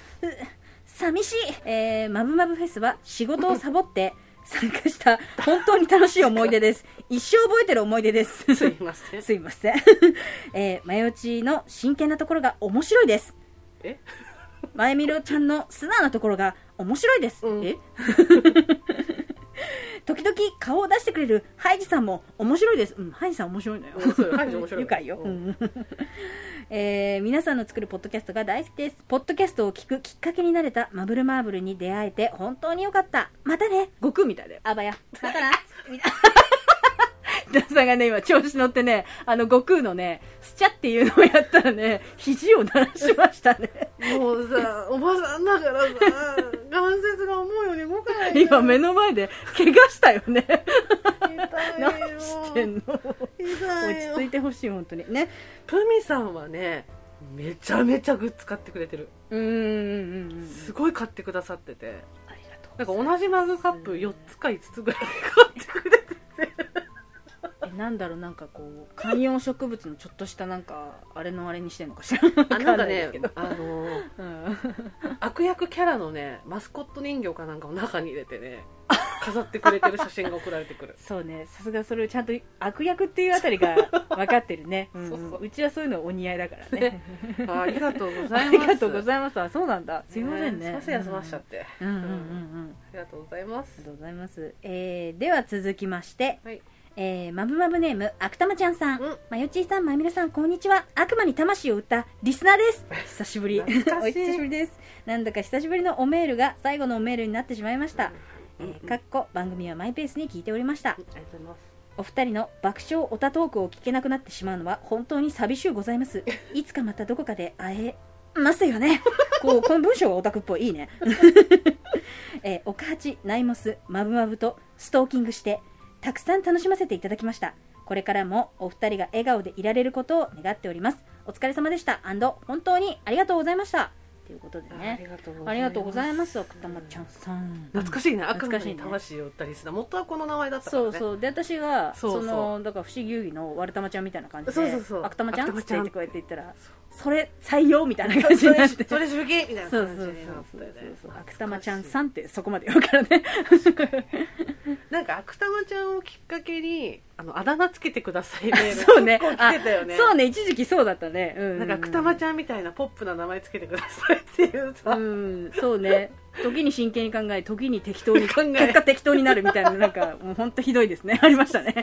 Speaker 2: 寂しい、えー、マブマブフェスは仕事をサボって参加した本当に楽しい思い出です一生覚えてる思い出です
Speaker 1: すいません
Speaker 2: すいません、 えー、前落ちの真剣なところが面白いです
Speaker 1: え
Speaker 2: 前みろちゃんの素直なところが面白いです、
Speaker 1: うん
Speaker 2: え 時々顔を出してくれるハイジさんも面白いです、うん、ハイジさん面白いのよ
Speaker 1: 面白いハイジ面白い
Speaker 2: 愉快よ、
Speaker 1: うん
Speaker 2: うん えー皆さんの作るポッドキャストが大好きですポッドキャストを聞くきっかけになれたマブルマーブルに出会えて本当によかったまたね悟空みたいだよあばやまたなみたいな 皆さんがね今調子乗ってねあの悟空のねスチャっていうのをやったらね肘を鳴らしました ね
Speaker 1: もうさおばさんだからさ関節が思うように動かないの
Speaker 2: 今目の前で怪我したよね
Speaker 1: 痛いよ
Speaker 2: 何してんの落
Speaker 1: 痛い
Speaker 2: ち
Speaker 1: よ
Speaker 2: 着いてほしい本当にね
Speaker 1: プミさんはねめちゃめちゃグッズ買ってくれてる
Speaker 2: うんうんうんうん
Speaker 1: すごい買ってくださってて
Speaker 2: ありがとう
Speaker 1: なんか同じマグカップ4つか5つぐらい買ってくれて
Speaker 2: えなんだろうなんかこう観葉植物のちょっとしたなんかあれのあれにしてんのかしら
Speaker 1: あ
Speaker 2: わ
Speaker 1: なん
Speaker 2: ん
Speaker 1: か
Speaker 2: いで
Speaker 1: ね
Speaker 2: すけど
Speaker 1: あのー
Speaker 2: うん
Speaker 1: 悪役キャラのねマスコット人形かなんかを中に入れてね飾ってくれてる写真が送られてくる
Speaker 2: そうねさすがそれをちゃんと悪役っていうあた りが分かってるね
Speaker 1: そうそう
Speaker 2: うんうんうちはそういうのお似合いだからね
Speaker 1: ねあありがとう ござ
Speaker 2: あ
Speaker 1: い
Speaker 2: り
Speaker 1: ます
Speaker 2: がとうございますあそうなんだすいませんね
Speaker 1: すいません休ましちゃって、あ
Speaker 2: うんうんうんうん
Speaker 1: りがとうございま
Speaker 2: あ
Speaker 1: す
Speaker 2: りがとうございます、えーでは続きまして、
Speaker 1: はい
Speaker 2: えーマブマブネームあくたまちゃんさん、
Speaker 1: うん
Speaker 2: まよちーさんまみるさんこんにちは悪魔に魂を売ったリスナーです久しぶりお
Speaker 1: 懐かしい
Speaker 2: 久しぶりですなんだか久しぶりのおメールが最後のおメールになってしまいました、えーかっこ番組はマイペースに聞いておりました
Speaker 1: うんありがとうございます
Speaker 2: お二人の爆笑オタトークを聞けなくなってしまうのは本当に寂しゅうございます いつかまたど こかで会えますよねこうこの文章はオタクっぽいいいね、えー、オカハチナイモスマブマブとストーキングしてたくさん楽しませていただきましたこれからもお二人が笑顔でいられることを願っておりますお疲れ様でした本当にありがとうございましたということで
Speaker 1: あ
Speaker 2: ね
Speaker 1: りがとうございます
Speaker 2: ありがとうございます奥多摩ちゃんさん
Speaker 1: 懐かしいね悪
Speaker 2: 懐
Speaker 1: 魔
Speaker 2: かしい
Speaker 1: に
Speaker 2: ね
Speaker 1: 魂を売ったりする元はこの名前だったから
Speaker 2: そ
Speaker 1: ね
Speaker 2: うそうで私が
Speaker 1: そう
Speaker 2: そ
Speaker 1: そう
Speaker 2: のだから不思議遊戯の悪玉ちゃんみたいな感じで
Speaker 1: そうそうそう
Speaker 2: 悪玉ちゃんっ
Speaker 1: 悪玉
Speaker 2: つって
Speaker 1: ちゃ
Speaker 2: 言
Speaker 1: ん
Speaker 2: ってこうやって言ったらそれ採用みたいな感じ
Speaker 1: そ
Speaker 2: にな
Speaker 1: れ
Speaker 2: って
Speaker 1: それ主義みたいな
Speaker 2: そうそ
Speaker 1: 感
Speaker 2: うそ
Speaker 1: じ
Speaker 2: う
Speaker 1: になった
Speaker 2: そ
Speaker 1: よ
Speaker 2: う
Speaker 1: ね
Speaker 2: そう
Speaker 1: 懐かし
Speaker 2: 悪
Speaker 1: い
Speaker 2: 玉ちゃんさんってそこまで言うからね
Speaker 1: なんか悪玉ちゃんをきっかけにあのあだ名つけてくださいメール
Speaker 2: そうね
Speaker 1: 結構来てたよね
Speaker 2: そうね一時期そうだったねうん
Speaker 1: なんか悪玉ちゃんみたいなポップな名前つけてくださいっていうさ、
Speaker 2: うんそうね時に真剣に考え時に適当に
Speaker 1: 考え
Speaker 2: 結果適当になるみたいななんかもう本当ひどいです ねありましたね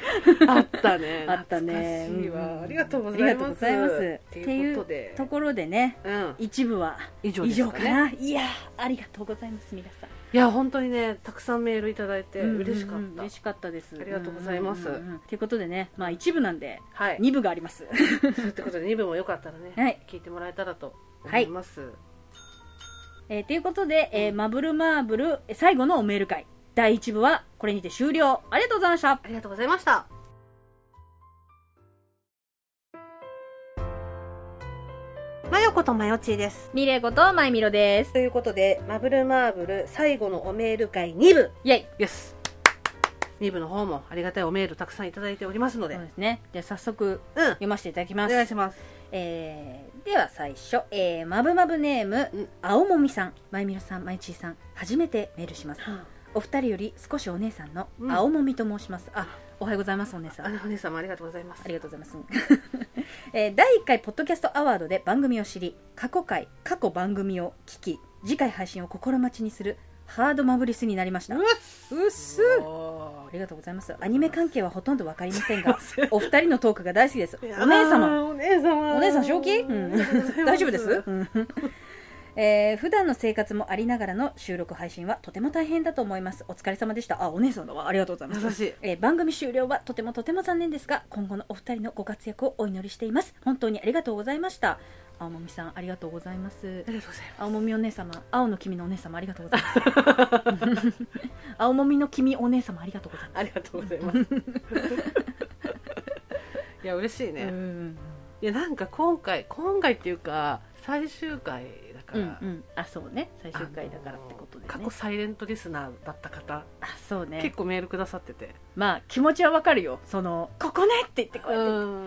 Speaker 1: あったね
Speaker 2: あったね
Speaker 1: 懐かしいわ、
Speaker 2: うん
Speaker 1: ありがとうございます
Speaker 2: ありがとうございます
Speaker 1: ということで
Speaker 2: ところでね
Speaker 1: うん、
Speaker 2: 一部は
Speaker 1: 以上
Speaker 2: 以
Speaker 1: です
Speaker 2: 上
Speaker 1: か
Speaker 2: か
Speaker 1: ね
Speaker 2: な、いやーありがとうございます皆さん
Speaker 1: いや本当にねたくさんメールいただいて
Speaker 2: うんうんうん
Speaker 1: 嬉しかった、
Speaker 2: 嬉しかったです
Speaker 1: ありがとうございます
Speaker 2: んうんうんうんということでねまあ一部なんで
Speaker 1: はい
Speaker 2: 二部があります
Speaker 1: ってことで2部もよかったらね、
Speaker 2: はい
Speaker 1: 聞いてもらえたらと思います、
Speaker 2: えーということで、えーマブルマーブルえー最後のおメール会第1部はこれにて終了ありがとうございました
Speaker 1: ありがとうございましたマヨコとマヨチーです
Speaker 2: ミレイことマイミロです
Speaker 1: ということでマブルマーブル最後のおメール会2部
Speaker 2: イェイ
Speaker 1: イエス2部の方もありがたいおメールたくさんいただいておりますので
Speaker 2: そうですねじゃあ早速
Speaker 1: うん
Speaker 2: 読ませていただき
Speaker 1: お
Speaker 2: ます
Speaker 1: 願いします
Speaker 2: えーでは最初、えー、マブマブネーム、
Speaker 1: うん
Speaker 2: 青もみさんマイミロさんマイチーさん初めてメールしますお二人より少しお姉さんの
Speaker 1: うん
Speaker 2: 青もみと申します、あおはようございますお姉さん
Speaker 1: あのお姉様ありがとうございます
Speaker 2: ありがとうございます、 えー第1回ポッドキャストアワードで番組を知り過去回過去番組を聞き次回配信を心待ちにするハードマブリスになりましたうっす
Speaker 1: お
Speaker 2: あ
Speaker 1: ー
Speaker 2: りがとうございますアニメ関係はほとんど分かりません が
Speaker 1: すいません
Speaker 2: お二人のトークが大好きですお姉様
Speaker 1: お姉様
Speaker 2: お姉さん正気、 うん、大丈夫です、 えー普段の生活もありながらの収録配信はとても大変だと思いますお疲れ様でしたあお姉さんだわありがとうございます
Speaker 1: 優 しい
Speaker 2: えー番組終了はとてもとても残念ですが今後のお二人のご活躍をお祈りしています本当にありがとうございました青もみさんありがとうございます
Speaker 1: ありがとうございます
Speaker 2: 青もみお姉様青の君のお姉様ありがとうございます青もみの君お姉様ありがとうございま
Speaker 1: ありがとうございます。 いや嬉しいね。
Speaker 2: す、うん
Speaker 1: いやなんか今回今回っていうか最終回だか
Speaker 2: う
Speaker 1: ら、
Speaker 2: んうんあそうね最終回だからってことで、ね、
Speaker 1: あの過去サイレントリスナーだった方、
Speaker 2: あそうね
Speaker 1: 結構メールくださってて、
Speaker 2: まあ気持ちはわかるよそのここねって言ってこうやって、
Speaker 1: ん
Speaker 2: 勇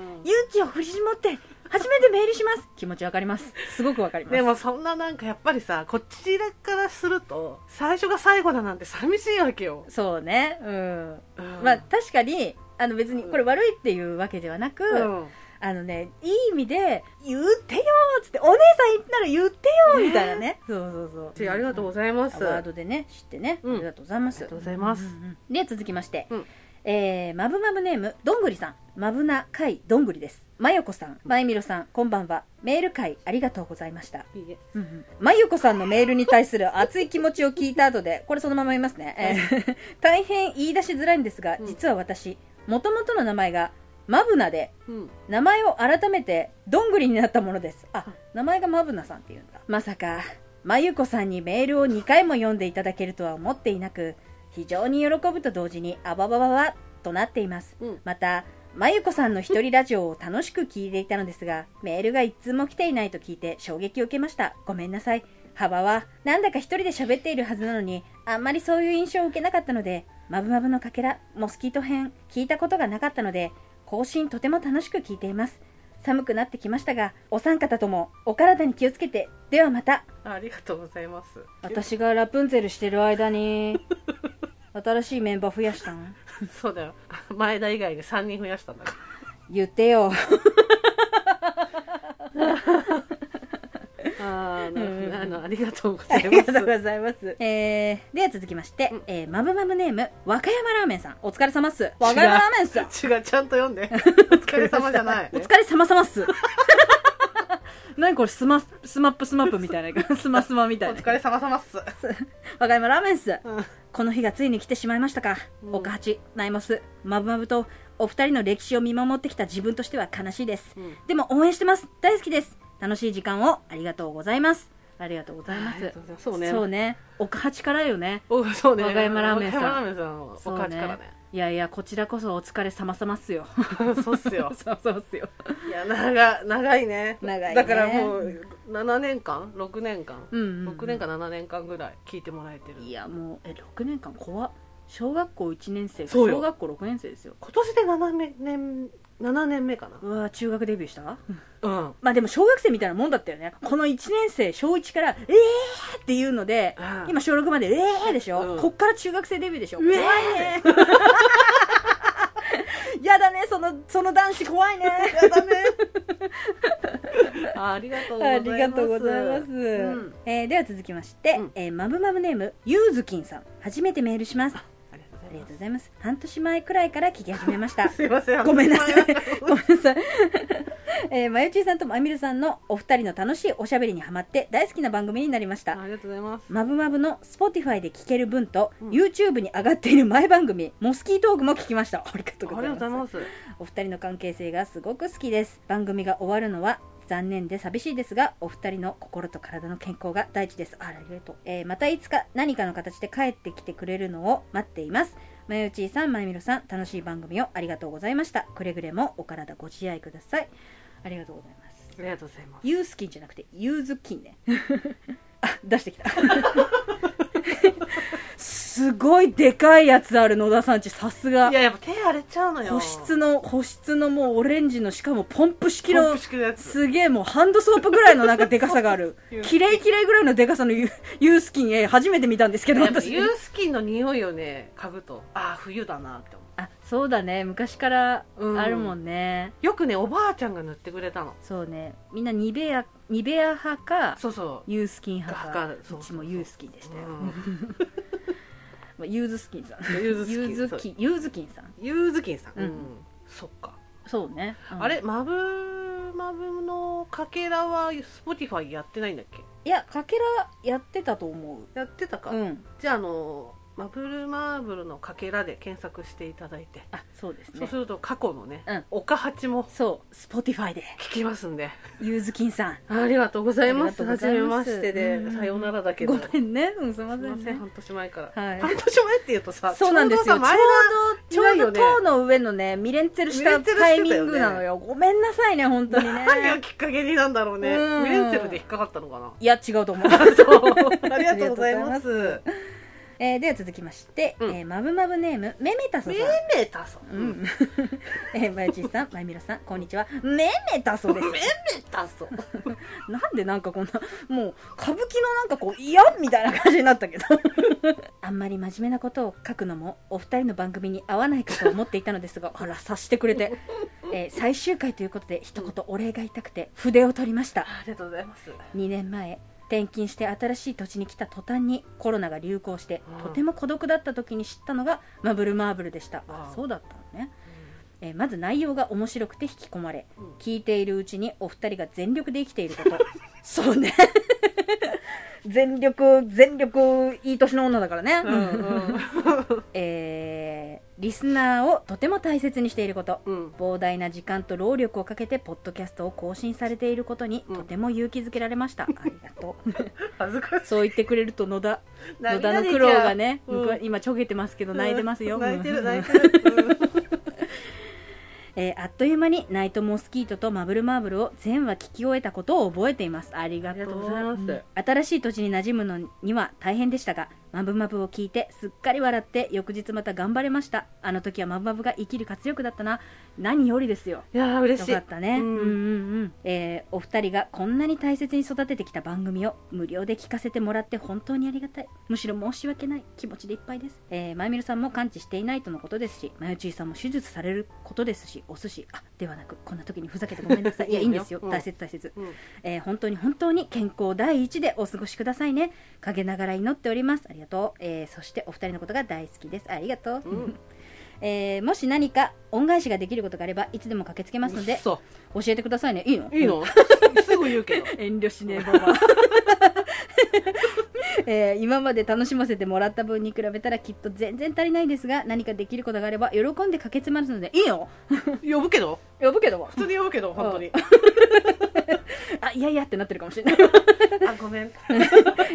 Speaker 2: 気を振り絞って初めてメールします気持ちわかりますすごくわかります
Speaker 1: でもそんななんかやっぱりさこちらからすると最初が最後だなんて寂しいわけよ、
Speaker 2: そうねうん
Speaker 1: うん
Speaker 2: まあ確かにあの別にこれ悪いっていうわけではなく、
Speaker 1: うん
Speaker 2: あのねいい意味で言ってよーっつってお姉さんなら言ってよーみたいなねそうそうそう
Speaker 1: ちありがとうございます、
Speaker 2: アワードでね知ってね、
Speaker 1: うん
Speaker 2: ありがとうございます
Speaker 1: ありがとうございます
Speaker 2: んんうんで続きまして、
Speaker 1: うん
Speaker 2: えーマブマブネームどんぐりさんマブな会どんぐりですまゆこさんまゆみろさんこんばんはメール会ありがとうございました
Speaker 1: いいえ
Speaker 2: うんうんまゆこさんのメールに対する 熱い気持ちを聞いた後で、これそのまま言いますね。えー 大変言い出しづらいんですが、
Speaker 1: うん
Speaker 2: 実は私、もともとの名前がマブナで、
Speaker 1: うん
Speaker 2: 名前を改めてどんぐりになったものです。あ、名前がマブナさんっていうんだ。まさか、まゆこさんにメールを2回も読んでいただけるとは思っていなく、非常に喜ぶと同時に、あばばばばとなっています。
Speaker 1: うん
Speaker 2: またまゆこさんの一人ラジオを楽しく聞いていたのですがメールが一通も来ていないと聞いて衝撃を受けましたごめんなさい幅はなんだか一人で喋っているはずなのにあんまりそういう印象を受けなかったのでまぶまぶのかけらモスキート編聞いたことがなかったので更新とても楽しく聞いています寒くなってきましたがお三方ともお体に気をつけてではまた
Speaker 1: ありがとうございます
Speaker 2: 私がラプンツェルしてる間に新しいメンバー増やしたん
Speaker 1: そうだよ前田以外で3人増やしたんだから
Speaker 2: 言ってよ
Speaker 1: あーなるほどねあのありがとうござ
Speaker 2: あ
Speaker 1: い
Speaker 2: り
Speaker 1: ま
Speaker 2: がとう
Speaker 1: す。
Speaker 2: ございます。えー、では続きまして、
Speaker 1: うん
Speaker 2: えー、マブマブネーム、和歌山ラーメンさん。お疲れ様っす。和歌山ラーメンっす。
Speaker 1: 違う、ちゃんと読んで。お疲れ様じゃない。
Speaker 2: お疲れ様様っす。何これ、スマ、スマップスマップみたいな。 スマスマみたい
Speaker 1: お
Speaker 2: な。
Speaker 1: 疲れ様様っす。
Speaker 2: 和歌山ラーメンっす。
Speaker 1: うん
Speaker 2: この日がついに来てしまいましたか。
Speaker 1: うん
Speaker 2: 岡八、ナイモス、マブマブと、お二人の歴史を見守ってきた自分としては悲しいです。
Speaker 1: うん
Speaker 2: でも応援してます。大好きです。楽しい時間をありがとうございます。
Speaker 4: ありがとうございます、
Speaker 1: ありがとうございますそうね
Speaker 4: そうねおかはちからよね
Speaker 1: おそうね
Speaker 4: 和歌山ラーメンさん
Speaker 1: 和歌山ラーメンさんのおかちからね
Speaker 4: いやいやこちらこそお疲れ様様っすよ
Speaker 1: そうっすよ
Speaker 4: そうそうっすよ
Speaker 1: いや長長いね
Speaker 2: 長いね
Speaker 1: だからもう7年間6年間、
Speaker 4: うんうん、
Speaker 1: 6年か7年間ぐらい聞いてもらえてる
Speaker 4: いやもうえ6年間怖っ小学校1年生
Speaker 1: そうよ
Speaker 4: 小学校6年生ですよ
Speaker 1: 今年で7年7年目か
Speaker 4: うわ中学デビューした
Speaker 1: なうん
Speaker 4: まあでも小学生みたいなもんだったよねこの1年生小1から「えー!」っていうので
Speaker 1: ああ
Speaker 4: 今小6まで「えー!」でしょ、
Speaker 1: うん
Speaker 4: こっから中学生デビューでしょ
Speaker 1: うえー
Speaker 4: 怖い ねやだねそのその男子怖いね
Speaker 1: やだねあありがとうござ
Speaker 4: あ
Speaker 1: います
Speaker 4: りがとうございます、
Speaker 1: うん
Speaker 2: えーでは続きまして、
Speaker 1: うん
Speaker 2: えーマブマブネームゆうずきんさん初めてメールしますあ
Speaker 1: ありがとうござい
Speaker 2: りが
Speaker 1: ま
Speaker 2: とうございます半年前くらいから聞き始めまし た
Speaker 1: すすいません
Speaker 2: ごめんな さい
Speaker 1: あの
Speaker 2: ごめんなさい、 えー、まゆちーさんとまみるさんのお二人の楽しいおしゃべりにハマって大好きな番組になりました
Speaker 1: ありがとうございます
Speaker 2: マブマブの Spotify で聞ける分と、
Speaker 1: うん
Speaker 2: YouTube に上がっている前番組「モスキートーク」も聞きましたありがとうご
Speaker 1: あ
Speaker 2: ざ
Speaker 1: り
Speaker 2: い
Speaker 1: がとうござい
Speaker 2: ます
Speaker 1: ます
Speaker 2: お二人の関係性がすごく好きです番組が終わるのは残念で寂しいですがお二人の心と体の健康が大事ですあらありがとう、えーまたいつか何かの形で帰ってきてくれるのを待っていますまゆちーさんまゆみろさん楽しい番組をありがとうございましたくれぐれもお体ご自愛くださいありがとうございます
Speaker 1: ありがとうございます
Speaker 2: ユースキンじゃなくてユーズキンね あ出してきた
Speaker 4: すごいでかいやつある野田さんちさすが
Speaker 1: いややっぱ手荒れちゃうのよ
Speaker 4: 保湿の保湿のもうオレンジのしかもポンプ式
Speaker 1: ポン
Speaker 4: の
Speaker 1: プ式のやつ
Speaker 4: すげえもうハンドソープぐらいのなんかでかさがあ る
Speaker 1: そうそう
Speaker 4: キレイキレイぐらいのでかさのユユー スキンえ初めて見たんですけど
Speaker 1: やっぱ
Speaker 4: 私
Speaker 1: ユースキンの匂いをね嗅ぐとああ冬だなって思
Speaker 4: あそうだね昔から
Speaker 1: うん
Speaker 4: あるもんね、
Speaker 1: うよくねおばあちゃんが塗ってくれたの
Speaker 4: そうねみんなニベアニベア派か
Speaker 1: そうそう
Speaker 4: ユースキン派か
Speaker 1: が派かそうう
Speaker 4: ち
Speaker 1: そうそう
Speaker 4: もユースキンでしたよ、
Speaker 1: うん
Speaker 4: まあ、ユーズスキンさん
Speaker 1: ユーズ
Speaker 4: ユーズ
Speaker 1: スキ
Speaker 4: キ
Speaker 1: ン
Speaker 4: ンユーズキンさん
Speaker 1: ユーズキンさん、
Speaker 4: うん
Speaker 1: そっか、
Speaker 4: そうね、うん
Speaker 1: あれマブマブのかけらは Spotify やってないんだっけ
Speaker 4: いやかけらやってたと思う
Speaker 1: やってたか、
Speaker 4: うん
Speaker 1: じゃああのマブルマーブルのかけらで検索していただいて、
Speaker 4: あそうです
Speaker 1: そう
Speaker 4: ね
Speaker 1: すると過去のね、
Speaker 4: うん
Speaker 1: おかはちも
Speaker 4: そうスポティファイで
Speaker 1: 聞きますんで
Speaker 4: ユーズキンさん
Speaker 1: ありがとうございます
Speaker 4: ありが
Speaker 1: はじ
Speaker 4: と
Speaker 1: め
Speaker 4: うございま
Speaker 1: ますしてで、
Speaker 4: うん
Speaker 1: さようならだけど
Speaker 4: ごめんね、うん、すみます
Speaker 1: い
Speaker 4: せ
Speaker 1: ま
Speaker 4: ん
Speaker 1: せん
Speaker 4: ね
Speaker 1: 半年前から、
Speaker 4: はい
Speaker 1: 半年前っていうとさ
Speaker 4: そうなんですよ
Speaker 1: ちょうどさ前
Speaker 4: ちょう
Speaker 1: いない
Speaker 4: ど
Speaker 1: よね
Speaker 4: 塔の上のねミレンツェルしたタイミングなのよごめんなさいね本当にね
Speaker 1: が何がきっかけになんだろうね
Speaker 4: うん
Speaker 1: ミレンツェルで引っかかったのかない
Speaker 4: や違うと思う
Speaker 1: そうありがとうございます
Speaker 2: えーでは続きまして、
Speaker 1: うん
Speaker 2: えーマブマブネームめめたそさん
Speaker 1: めめたさん
Speaker 2: うん えー、まゆちーさん、まゆみろさん、こんにちは。めめたそうです。
Speaker 1: めたそ
Speaker 4: なんでなんかこんなもう歌舞伎のなんかこう嫌みたいな感じになったけど
Speaker 2: あんまり真面目なことを書くのも、お二人の番組に合わないかと思っていたのですが、
Speaker 4: あら察してくれて
Speaker 2: えー最終回ということで、一言お礼が言いたくて、筆を取りました。
Speaker 1: ありがとうございます
Speaker 2: 2年前、転勤して新しい土地に来た途端にコロナが流行して
Speaker 1: うん
Speaker 2: とても孤独だった時に知ったのがマブルマーブルでしたあ
Speaker 1: うん
Speaker 2: そうだったのね、えーまず内容が面白くて引き込まれ
Speaker 1: うん
Speaker 2: 聞いているうちにお二人が全力で生きていること そうね
Speaker 4: 全力全力いい年の女だからね、
Speaker 1: うん
Speaker 2: えーリスナーをとても大切にしていること
Speaker 1: うん
Speaker 2: 膨大な時間と労力をかけてポッドキャストを更新されていることに
Speaker 1: うん
Speaker 2: とても勇気づけられました、ありがとう
Speaker 1: 恥ずかしい
Speaker 4: そう言ってくれると野田野田
Speaker 1: 涙
Speaker 4: の
Speaker 1: 出ちゃう
Speaker 4: 苦労がね、
Speaker 1: うん
Speaker 4: 今ちょげてますけど泣いてますよ、
Speaker 1: 泣いてる泣い
Speaker 4: る
Speaker 1: てる
Speaker 2: えーあっという間にナイトモスキートとマブルマーブルを全話聞き終えたことを覚えていますありがとうござい
Speaker 1: ありが
Speaker 2: ます
Speaker 1: とうござい
Speaker 2: 新しい土地に馴染むのには大変でしたがマブマブを聞いてすっかり笑って翌日また頑張れましたあの時はマブマブが生きる活力だったな何よりですよ
Speaker 1: いやー嬉
Speaker 2: よ
Speaker 1: しい
Speaker 2: かったね、う
Speaker 1: うんん
Speaker 2: うんうんえーお二人がこんなに大切に育ててきた番組を無料で聞かせてもらって本当にありがたいむしろ申し訳ない気持ちでいっぱいです、えー、まゆみるさんも完治していないとのことですしまゆちーさんも手術されることですしお寿司あではなくこんな時にふざけてごめんなさいいやい
Speaker 1: い
Speaker 2: い
Speaker 1: い
Speaker 2: ん
Speaker 1: のよ
Speaker 2: ですよ
Speaker 1: うん
Speaker 2: 大切大切、
Speaker 1: うん
Speaker 2: えー本当に本当に健康第一でお過ごしくださいね陰ながら祈っておりますありがとう、えーそしてお二人のことが大好きですありがとう、
Speaker 1: うん
Speaker 2: えーもし何か恩返しができることがあればいつでも駆けつけますので
Speaker 1: そ
Speaker 2: 教えてくださいねいいの
Speaker 1: ういいのすぐ言うけど
Speaker 4: 遠慮しねえばば
Speaker 2: えー今まで楽しませてもらった分に比べたらきっと全然足りないですが何かできることがあれば喜んで駆けつまるのでいいよ
Speaker 1: 呼ぶけど
Speaker 4: 呼ぶけども
Speaker 1: 普通に呼ぶけど本当に
Speaker 4: あ
Speaker 2: いやいやってなってるかもしれない
Speaker 1: あごめん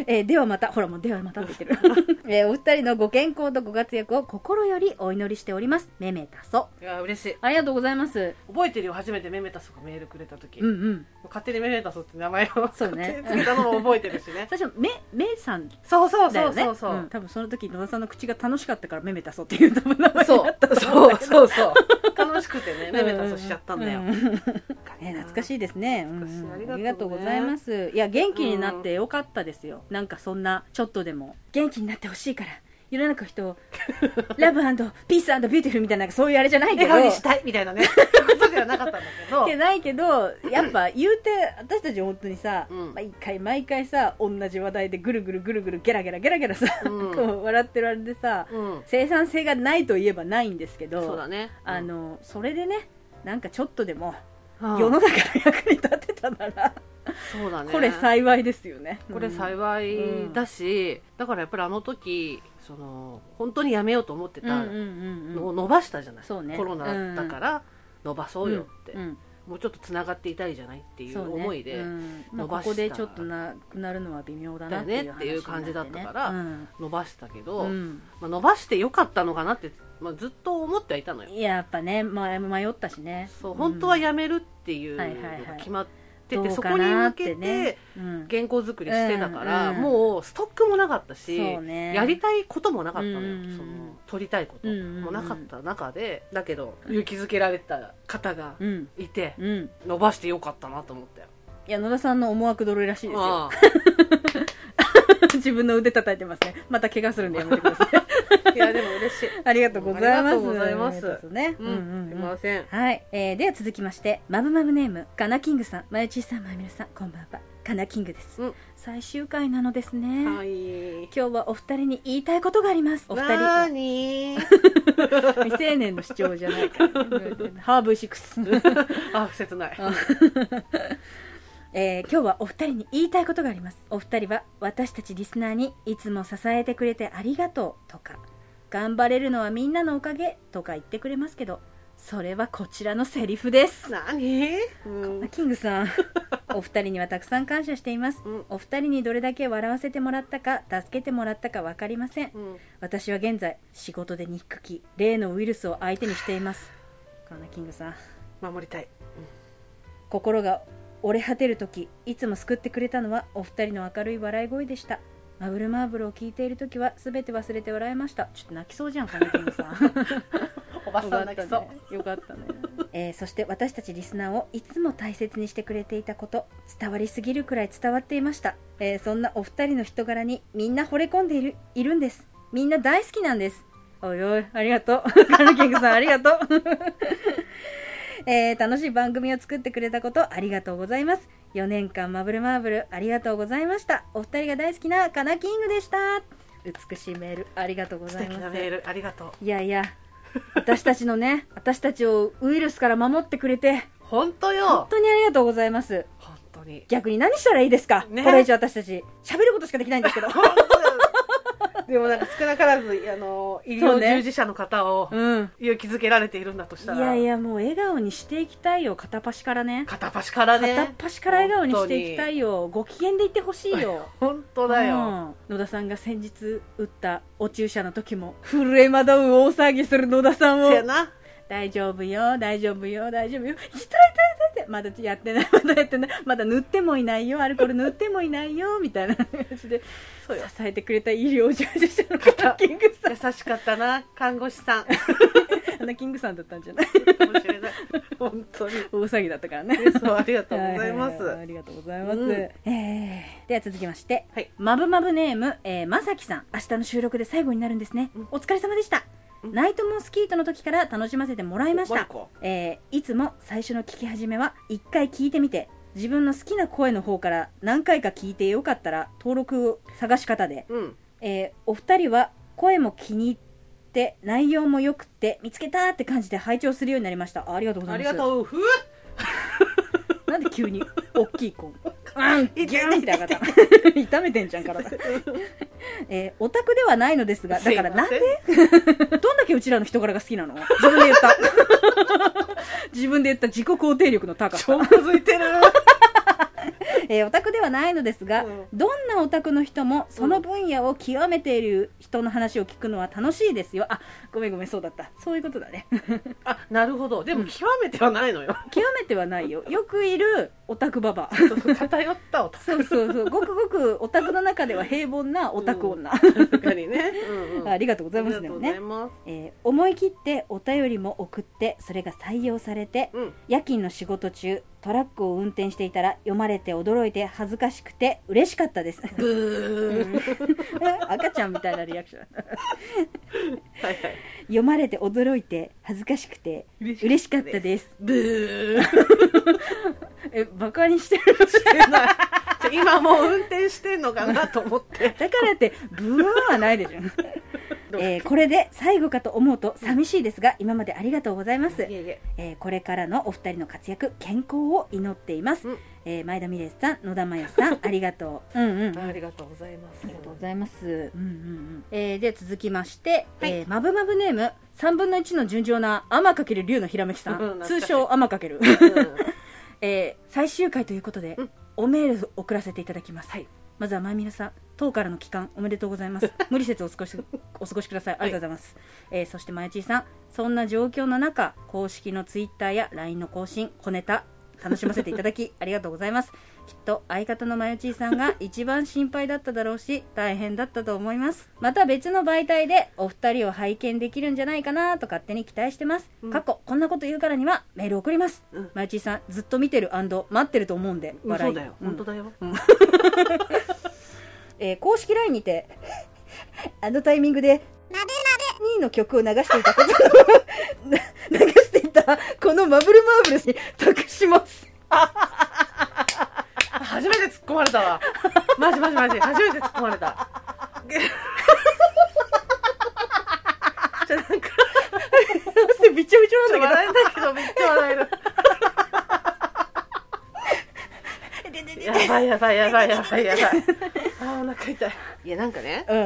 Speaker 2: えーではまたほらもうではまたって言ってる、 えーお二人のご健康とご活躍を心よりお祈りしておりますめめたそ
Speaker 1: いや嬉しい
Speaker 2: ありがとうございます
Speaker 1: 覚えてるよ初めてメメタソがメールくれた時、
Speaker 2: うんうん
Speaker 1: 勝手にメメタソって名前を
Speaker 2: そうね
Speaker 1: 勝手につけたのも覚えてるしね
Speaker 2: 最初めめさん
Speaker 1: そうそう
Speaker 2: だ
Speaker 1: そ
Speaker 2: よ
Speaker 1: う
Speaker 2: ね
Speaker 1: そうそう、
Speaker 2: ん多分その時野田さんの口が楽しかったからめめたそっていう多分名前
Speaker 1: そ
Speaker 2: にな
Speaker 1: う
Speaker 2: ったと思
Speaker 1: そ
Speaker 2: んだ
Speaker 1: う
Speaker 2: けど
Speaker 1: そうそう楽しくてねメメタソしちゃったんだよ、
Speaker 2: う
Speaker 1: ね
Speaker 2: うね、懐かしいですね、うん
Speaker 1: 懐かしい
Speaker 2: うんあ
Speaker 1: あ
Speaker 2: り
Speaker 1: り
Speaker 2: が
Speaker 1: が
Speaker 2: と
Speaker 1: と
Speaker 2: う
Speaker 1: う
Speaker 2: ご
Speaker 1: ね
Speaker 2: ざいますいや元気になってよかったですよ、なんかそんなちょっとでも元気になってほしいから世の中の人を ラブピースビューティフルみたいななんかそういうあれじゃない
Speaker 1: 笑
Speaker 2: け ど
Speaker 1: 顔にしたいみたいなねことではなかったんだけど
Speaker 2: ってないけどやっぱ言うて私たち本当にさ、
Speaker 1: うん
Speaker 2: 毎回毎回さ同じ話題でぐるぐるぐるぐるゲラゲラゲラゲラさ、
Speaker 1: うん
Speaker 2: こう笑ってるあれでさ
Speaker 1: うん
Speaker 2: 生産性がないといえばないんですけど
Speaker 1: そうだね
Speaker 2: あのそれでねなんかちょっとでも
Speaker 1: うん
Speaker 2: 世の中の役に立てたなら、
Speaker 1: そうだね
Speaker 2: これ幸いですよね。
Speaker 1: これ
Speaker 2: い、
Speaker 1: 幸いだし、だからやっぱりあの時その本当にやめようと思って
Speaker 2: うんうん
Speaker 1: た
Speaker 2: うん
Speaker 1: の
Speaker 2: う
Speaker 1: を
Speaker 2: ん
Speaker 1: 伸ばしたじゃない、
Speaker 2: そうね
Speaker 1: コロナだったから伸ばそうよって、
Speaker 2: うん
Speaker 1: もうちょっとつながっていたいじゃないってい
Speaker 2: そう
Speaker 1: う
Speaker 2: ね
Speaker 1: 思いで
Speaker 2: うんまあ、
Speaker 1: 伸
Speaker 2: こ
Speaker 1: ばした
Speaker 2: こでちょっとなくなるのは微妙だなっていう話
Speaker 1: だねっていう感じだったから
Speaker 2: うん
Speaker 1: 伸ばしたけど、
Speaker 2: うん
Speaker 1: まあ、伸ばしてよかったのかなって、まあ、ずっと思ってはいたのよ
Speaker 2: いややっぱね、まあ、迷ったしね
Speaker 1: そう本当はやめるっていう
Speaker 2: はいはい
Speaker 1: の
Speaker 2: は
Speaker 1: が
Speaker 2: い
Speaker 1: 決まってて、
Speaker 2: どう
Speaker 1: そ
Speaker 2: か
Speaker 1: こに向
Speaker 2: なーって
Speaker 1: け
Speaker 2: ね
Speaker 1: て
Speaker 2: うん
Speaker 1: 原稿作りしてたから、
Speaker 2: うんうん
Speaker 1: もうストックもなかったし、
Speaker 2: そうね
Speaker 1: やりたいこともなかったのよ、
Speaker 2: うんうんうん
Speaker 1: その取りたいこともなかった中で、だけど勇気づけられた方が
Speaker 2: うん
Speaker 1: いて、
Speaker 2: うん
Speaker 1: 伸ばしてよかったなと思ったよ。
Speaker 2: いや野田さんの思惑どれらしいですよ
Speaker 1: あ
Speaker 2: 自分の腕叩いてますねまた怪我するんでやめてください
Speaker 1: あいやでも嬉しい。
Speaker 2: ありがとうございま
Speaker 1: ありが
Speaker 2: す
Speaker 1: とうございます
Speaker 2: そうですね、
Speaker 1: う
Speaker 2: うんうん
Speaker 1: ん、すい
Speaker 2: うん
Speaker 1: ません。
Speaker 2: はい、えー、では続きましてマブマブネームカナキングさんまゆちーさんまゆみなさんこんばんはカナキングです、
Speaker 1: うん
Speaker 2: 最終回なのですね、
Speaker 1: はい。
Speaker 2: 今日はお二人に言いたいことがありますお二
Speaker 1: なー
Speaker 2: 人
Speaker 1: にー
Speaker 2: 未成年の主張じ ゃないから、ハーブ6
Speaker 1: あ、切ない。
Speaker 2: あえー今日はお二人に言いたいことがありますお二人は私たちリスナーにいつも支えてくれてありがとうとか頑張れるのはみんなのおかげとか言ってくれますけどそれはこちらのセリフです
Speaker 1: なーにーうん。
Speaker 2: キン グさんお二人にはたくさん感謝しています
Speaker 1: うん
Speaker 2: お二人にどれだけ笑わせてもらったか助けてもらったか分かりません
Speaker 1: うん
Speaker 2: 私は現在仕事で憎き例のウイルスを相手にしていますカナキングさん
Speaker 1: 守りたい。
Speaker 2: 心が折れ果てる時いつも救ってくれたのはお二人の明るい笑い声でしたマブルマーブルを聞いている時は全て忘れて笑いましたちょっと泣きそうじゃんカナキングさん
Speaker 1: おばさん泣きそう。
Speaker 2: よかったねよかったね、えーそして私たちリスナーをいつも大切にしてくれていたこと伝わりすぎるくらい伝わっていました、えーそんなお二人の人柄にみんな惚れ込んでいるいるんですみんな大好きなんですおいおいありがとう カルキングさんありがとう えー楽しい番組を作ってくれたことありがとうございます4年間マブルマーブルありがとうございましたお二人が大好きなカナキングでした美しいメールありがとうご
Speaker 1: 素
Speaker 2: ざい
Speaker 1: 敵
Speaker 2: ます
Speaker 1: なメール、ありがとう。
Speaker 2: いやいや私たちのね私たちをウイルスから守ってくれて
Speaker 1: 本当
Speaker 2: 本
Speaker 1: よ。
Speaker 2: 当にありがとうございます
Speaker 1: 本当に。
Speaker 2: 逆に何したらいいですか、
Speaker 1: ね
Speaker 2: これ以上私たち喋ることしかできないんで すけど
Speaker 1: でもなんか少なからずあの医
Speaker 2: そう
Speaker 1: 療
Speaker 2: ね
Speaker 1: 従事者の方を
Speaker 2: うん
Speaker 1: 勇気づけられているんだとした
Speaker 2: い
Speaker 1: ら、
Speaker 2: やいやもう笑顔にしていきたいよ片っ端からね
Speaker 1: 片っ端からね
Speaker 2: 片っ端から笑顔にしていきたいよご機嫌でいってほしいよ
Speaker 1: 本当だよ、
Speaker 2: うん野田さんが先日打ったお注射の時も震え惑う大騒ぎする野田さんを
Speaker 1: せやな
Speaker 2: 大丈夫よ大丈夫よ大丈夫よ痛い痛い痛い痛いまだやってないま だやってないまだ塗ってもいないよアルコール塗ってもいないよみたいな感じで
Speaker 1: そうよ
Speaker 2: 支えてくれた医療従事者の方キングさん
Speaker 1: 優しかったな看護師さんか
Speaker 2: あのキングさんだったんじゃない
Speaker 1: もしれない本当に
Speaker 2: 大騒ぎだったからね
Speaker 1: そうありがとうございます、
Speaker 2: はははありがとうございます、
Speaker 1: うん
Speaker 2: えーでは続きまして、
Speaker 1: はい
Speaker 2: マブマブネーム、えー、まさきさん明日の収録で最後になるんですね、
Speaker 1: うん
Speaker 2: お疲れ様でし
Speaker 1: う
Speaker 2: た、
Speaker 1: ん
Speaker 2: ナイトモンスキートの時から楽しませてもらいまし
Speaker 1: もう
Speaker 2: た
Speaker 1: 一個
Speaker 2: えーいつも最初の聞き始めは1回聞いてみて自分の好きな声の方から何回か聞いてよかったら登録を探し方で、
Speaker 1: うん
Speaker 2: えーお二人は声も気に入って内容もよくって見つけたって感じで拝聴するようになりましたあありがとうござ
Speaker 1: あ
Speaker 2: いま
Speaker 1: り
Speaker 2: す
Speaker 1: がとうふう
Speaker 2: なんで急に大き い子うんギューンって上がった痛めてんじゃん 体、えーオタクではないのですがだからなん
Speaker 1: すい
Speaker 2: で
Speaker 1: ません
Speaker 2: どんだけうちらの人柄が好きなの自分で言った 自分で言った自己肯定力の高さ
Speaker 1: ちょんまずいてる
Speaker 2: えーオタクではないのですが、
Speaker 1: うん
Speaker 2: どんなオタクの人もその分野を極めている人の話を聞くのは楽しいですよあごめんごめんそうだったそういうことだね
Speaker 1: あなるほどでも極めてはないのよ、
Speaker 2: 極めてはないよよくいるオタクババア
Speaker 1: 偏ったオタ
Speaker 2: そうそうそうごくごくオタクの中では平凡なオタク女、
Speaker 1: クとかに ね、うんうん、
Speaker 2: ありがとうございます
Speaker 1: あり
Speaker 2: で
Speaker 1: がと
Speaker 2: も
Speaker 1: うござ
Speaker 2: ね
Speaker 1: います、
Speaker 2: えー思い切ってお便りも送ってそれが採用されて
Speaker 1: うん
Speaker 2: 夜勤の仕事中トラックを運転していたら読まれて驚いて恥ずかしくて嬉しかったです
Speaker 1: ブーンはい
Speaker 2: 赤ちゃんみたいなリアクション
Speaker 1: はい
Speaker 2: 読まれて驚いて恥ずかしくて嬉しかったです
Speaker 1: ブーンし
Speaker 2: えバカにしてる
Speaker 1: てないじゃ今もう運転してんのかなと思って
Speaker 2: だからってブーンはない でしょ、えーこれで最後かと思うと寂しいですが今までありがとうございます
Speaker 1: いえいえ
Speaker 2: えーこれからのお二人の活躍健康を祈っています、
Speaker 1: うん
Speaker 2: えー前田美玲さん野田真也 さんありがとううんうん
Speaker 1: ありがとうございます
Speaker 2: ありがとうございます。うんうんうん。えー、で続きまして、
Speaker 1: はい
Speaker 2: えー、まぶまぶネーム三分の一の順調な天かける龍のひらめきさ
Speaker 1: うん懐
Speaker 2: ん、
Speaker 1: かしい
Speaker 2: 通称天かけ
Speaker 1: う
Speaker 2: る、
Speaker 1: ん
Speaker 2: えー、最終回ということで、
Speaker 1: うん
Speaker 2: おメールを送らせていただきます。
Speaker 1: はい
Speaker 2: まずはまゆみなさん、党からの帰還おめでとうござい ます。無理せずお過ごしお過ごしください。ありがとうございます。えー、そしてまやちーさん、そんな状況の中、公式のツイッターや LINE の更新、小ネタ楽しませていただ きありがとうございます。きっと相方のまよちーさんが一番心配だっただろうし大変だったと思いますまた別の媒体でお二人を拝見できるんじゃないかなと勝手に期待してます、
Speaker 1: うん
Speaker 2: 過去こんなこと言うからにはメール送ります、
Speaker 1: うん
Speaker 2: まよちーさんずっと見てる待ってると思うんで笑い
Speaker 1: 嘘だよ、
Speaker 2: うん
Speaker 1: 本当だよ
Speaker 2: えー公式 LINE にて あのタイミングで「まぶまぶ」の曲を流 していたことをな流していたこのマブルマーブルスに託します
Speaker 1: あ初めて突っ込まれたわマジマジマジ初めて突っ込まれたじゃなんか
Speaker 2: 汗びちょびちょなんだけど
Speaker 1: 笑えないけどめっちゃ笑えるやばいやばいやばいやばいやばい。あーお腹痛い。いやなんかね、
Speaker 2: うん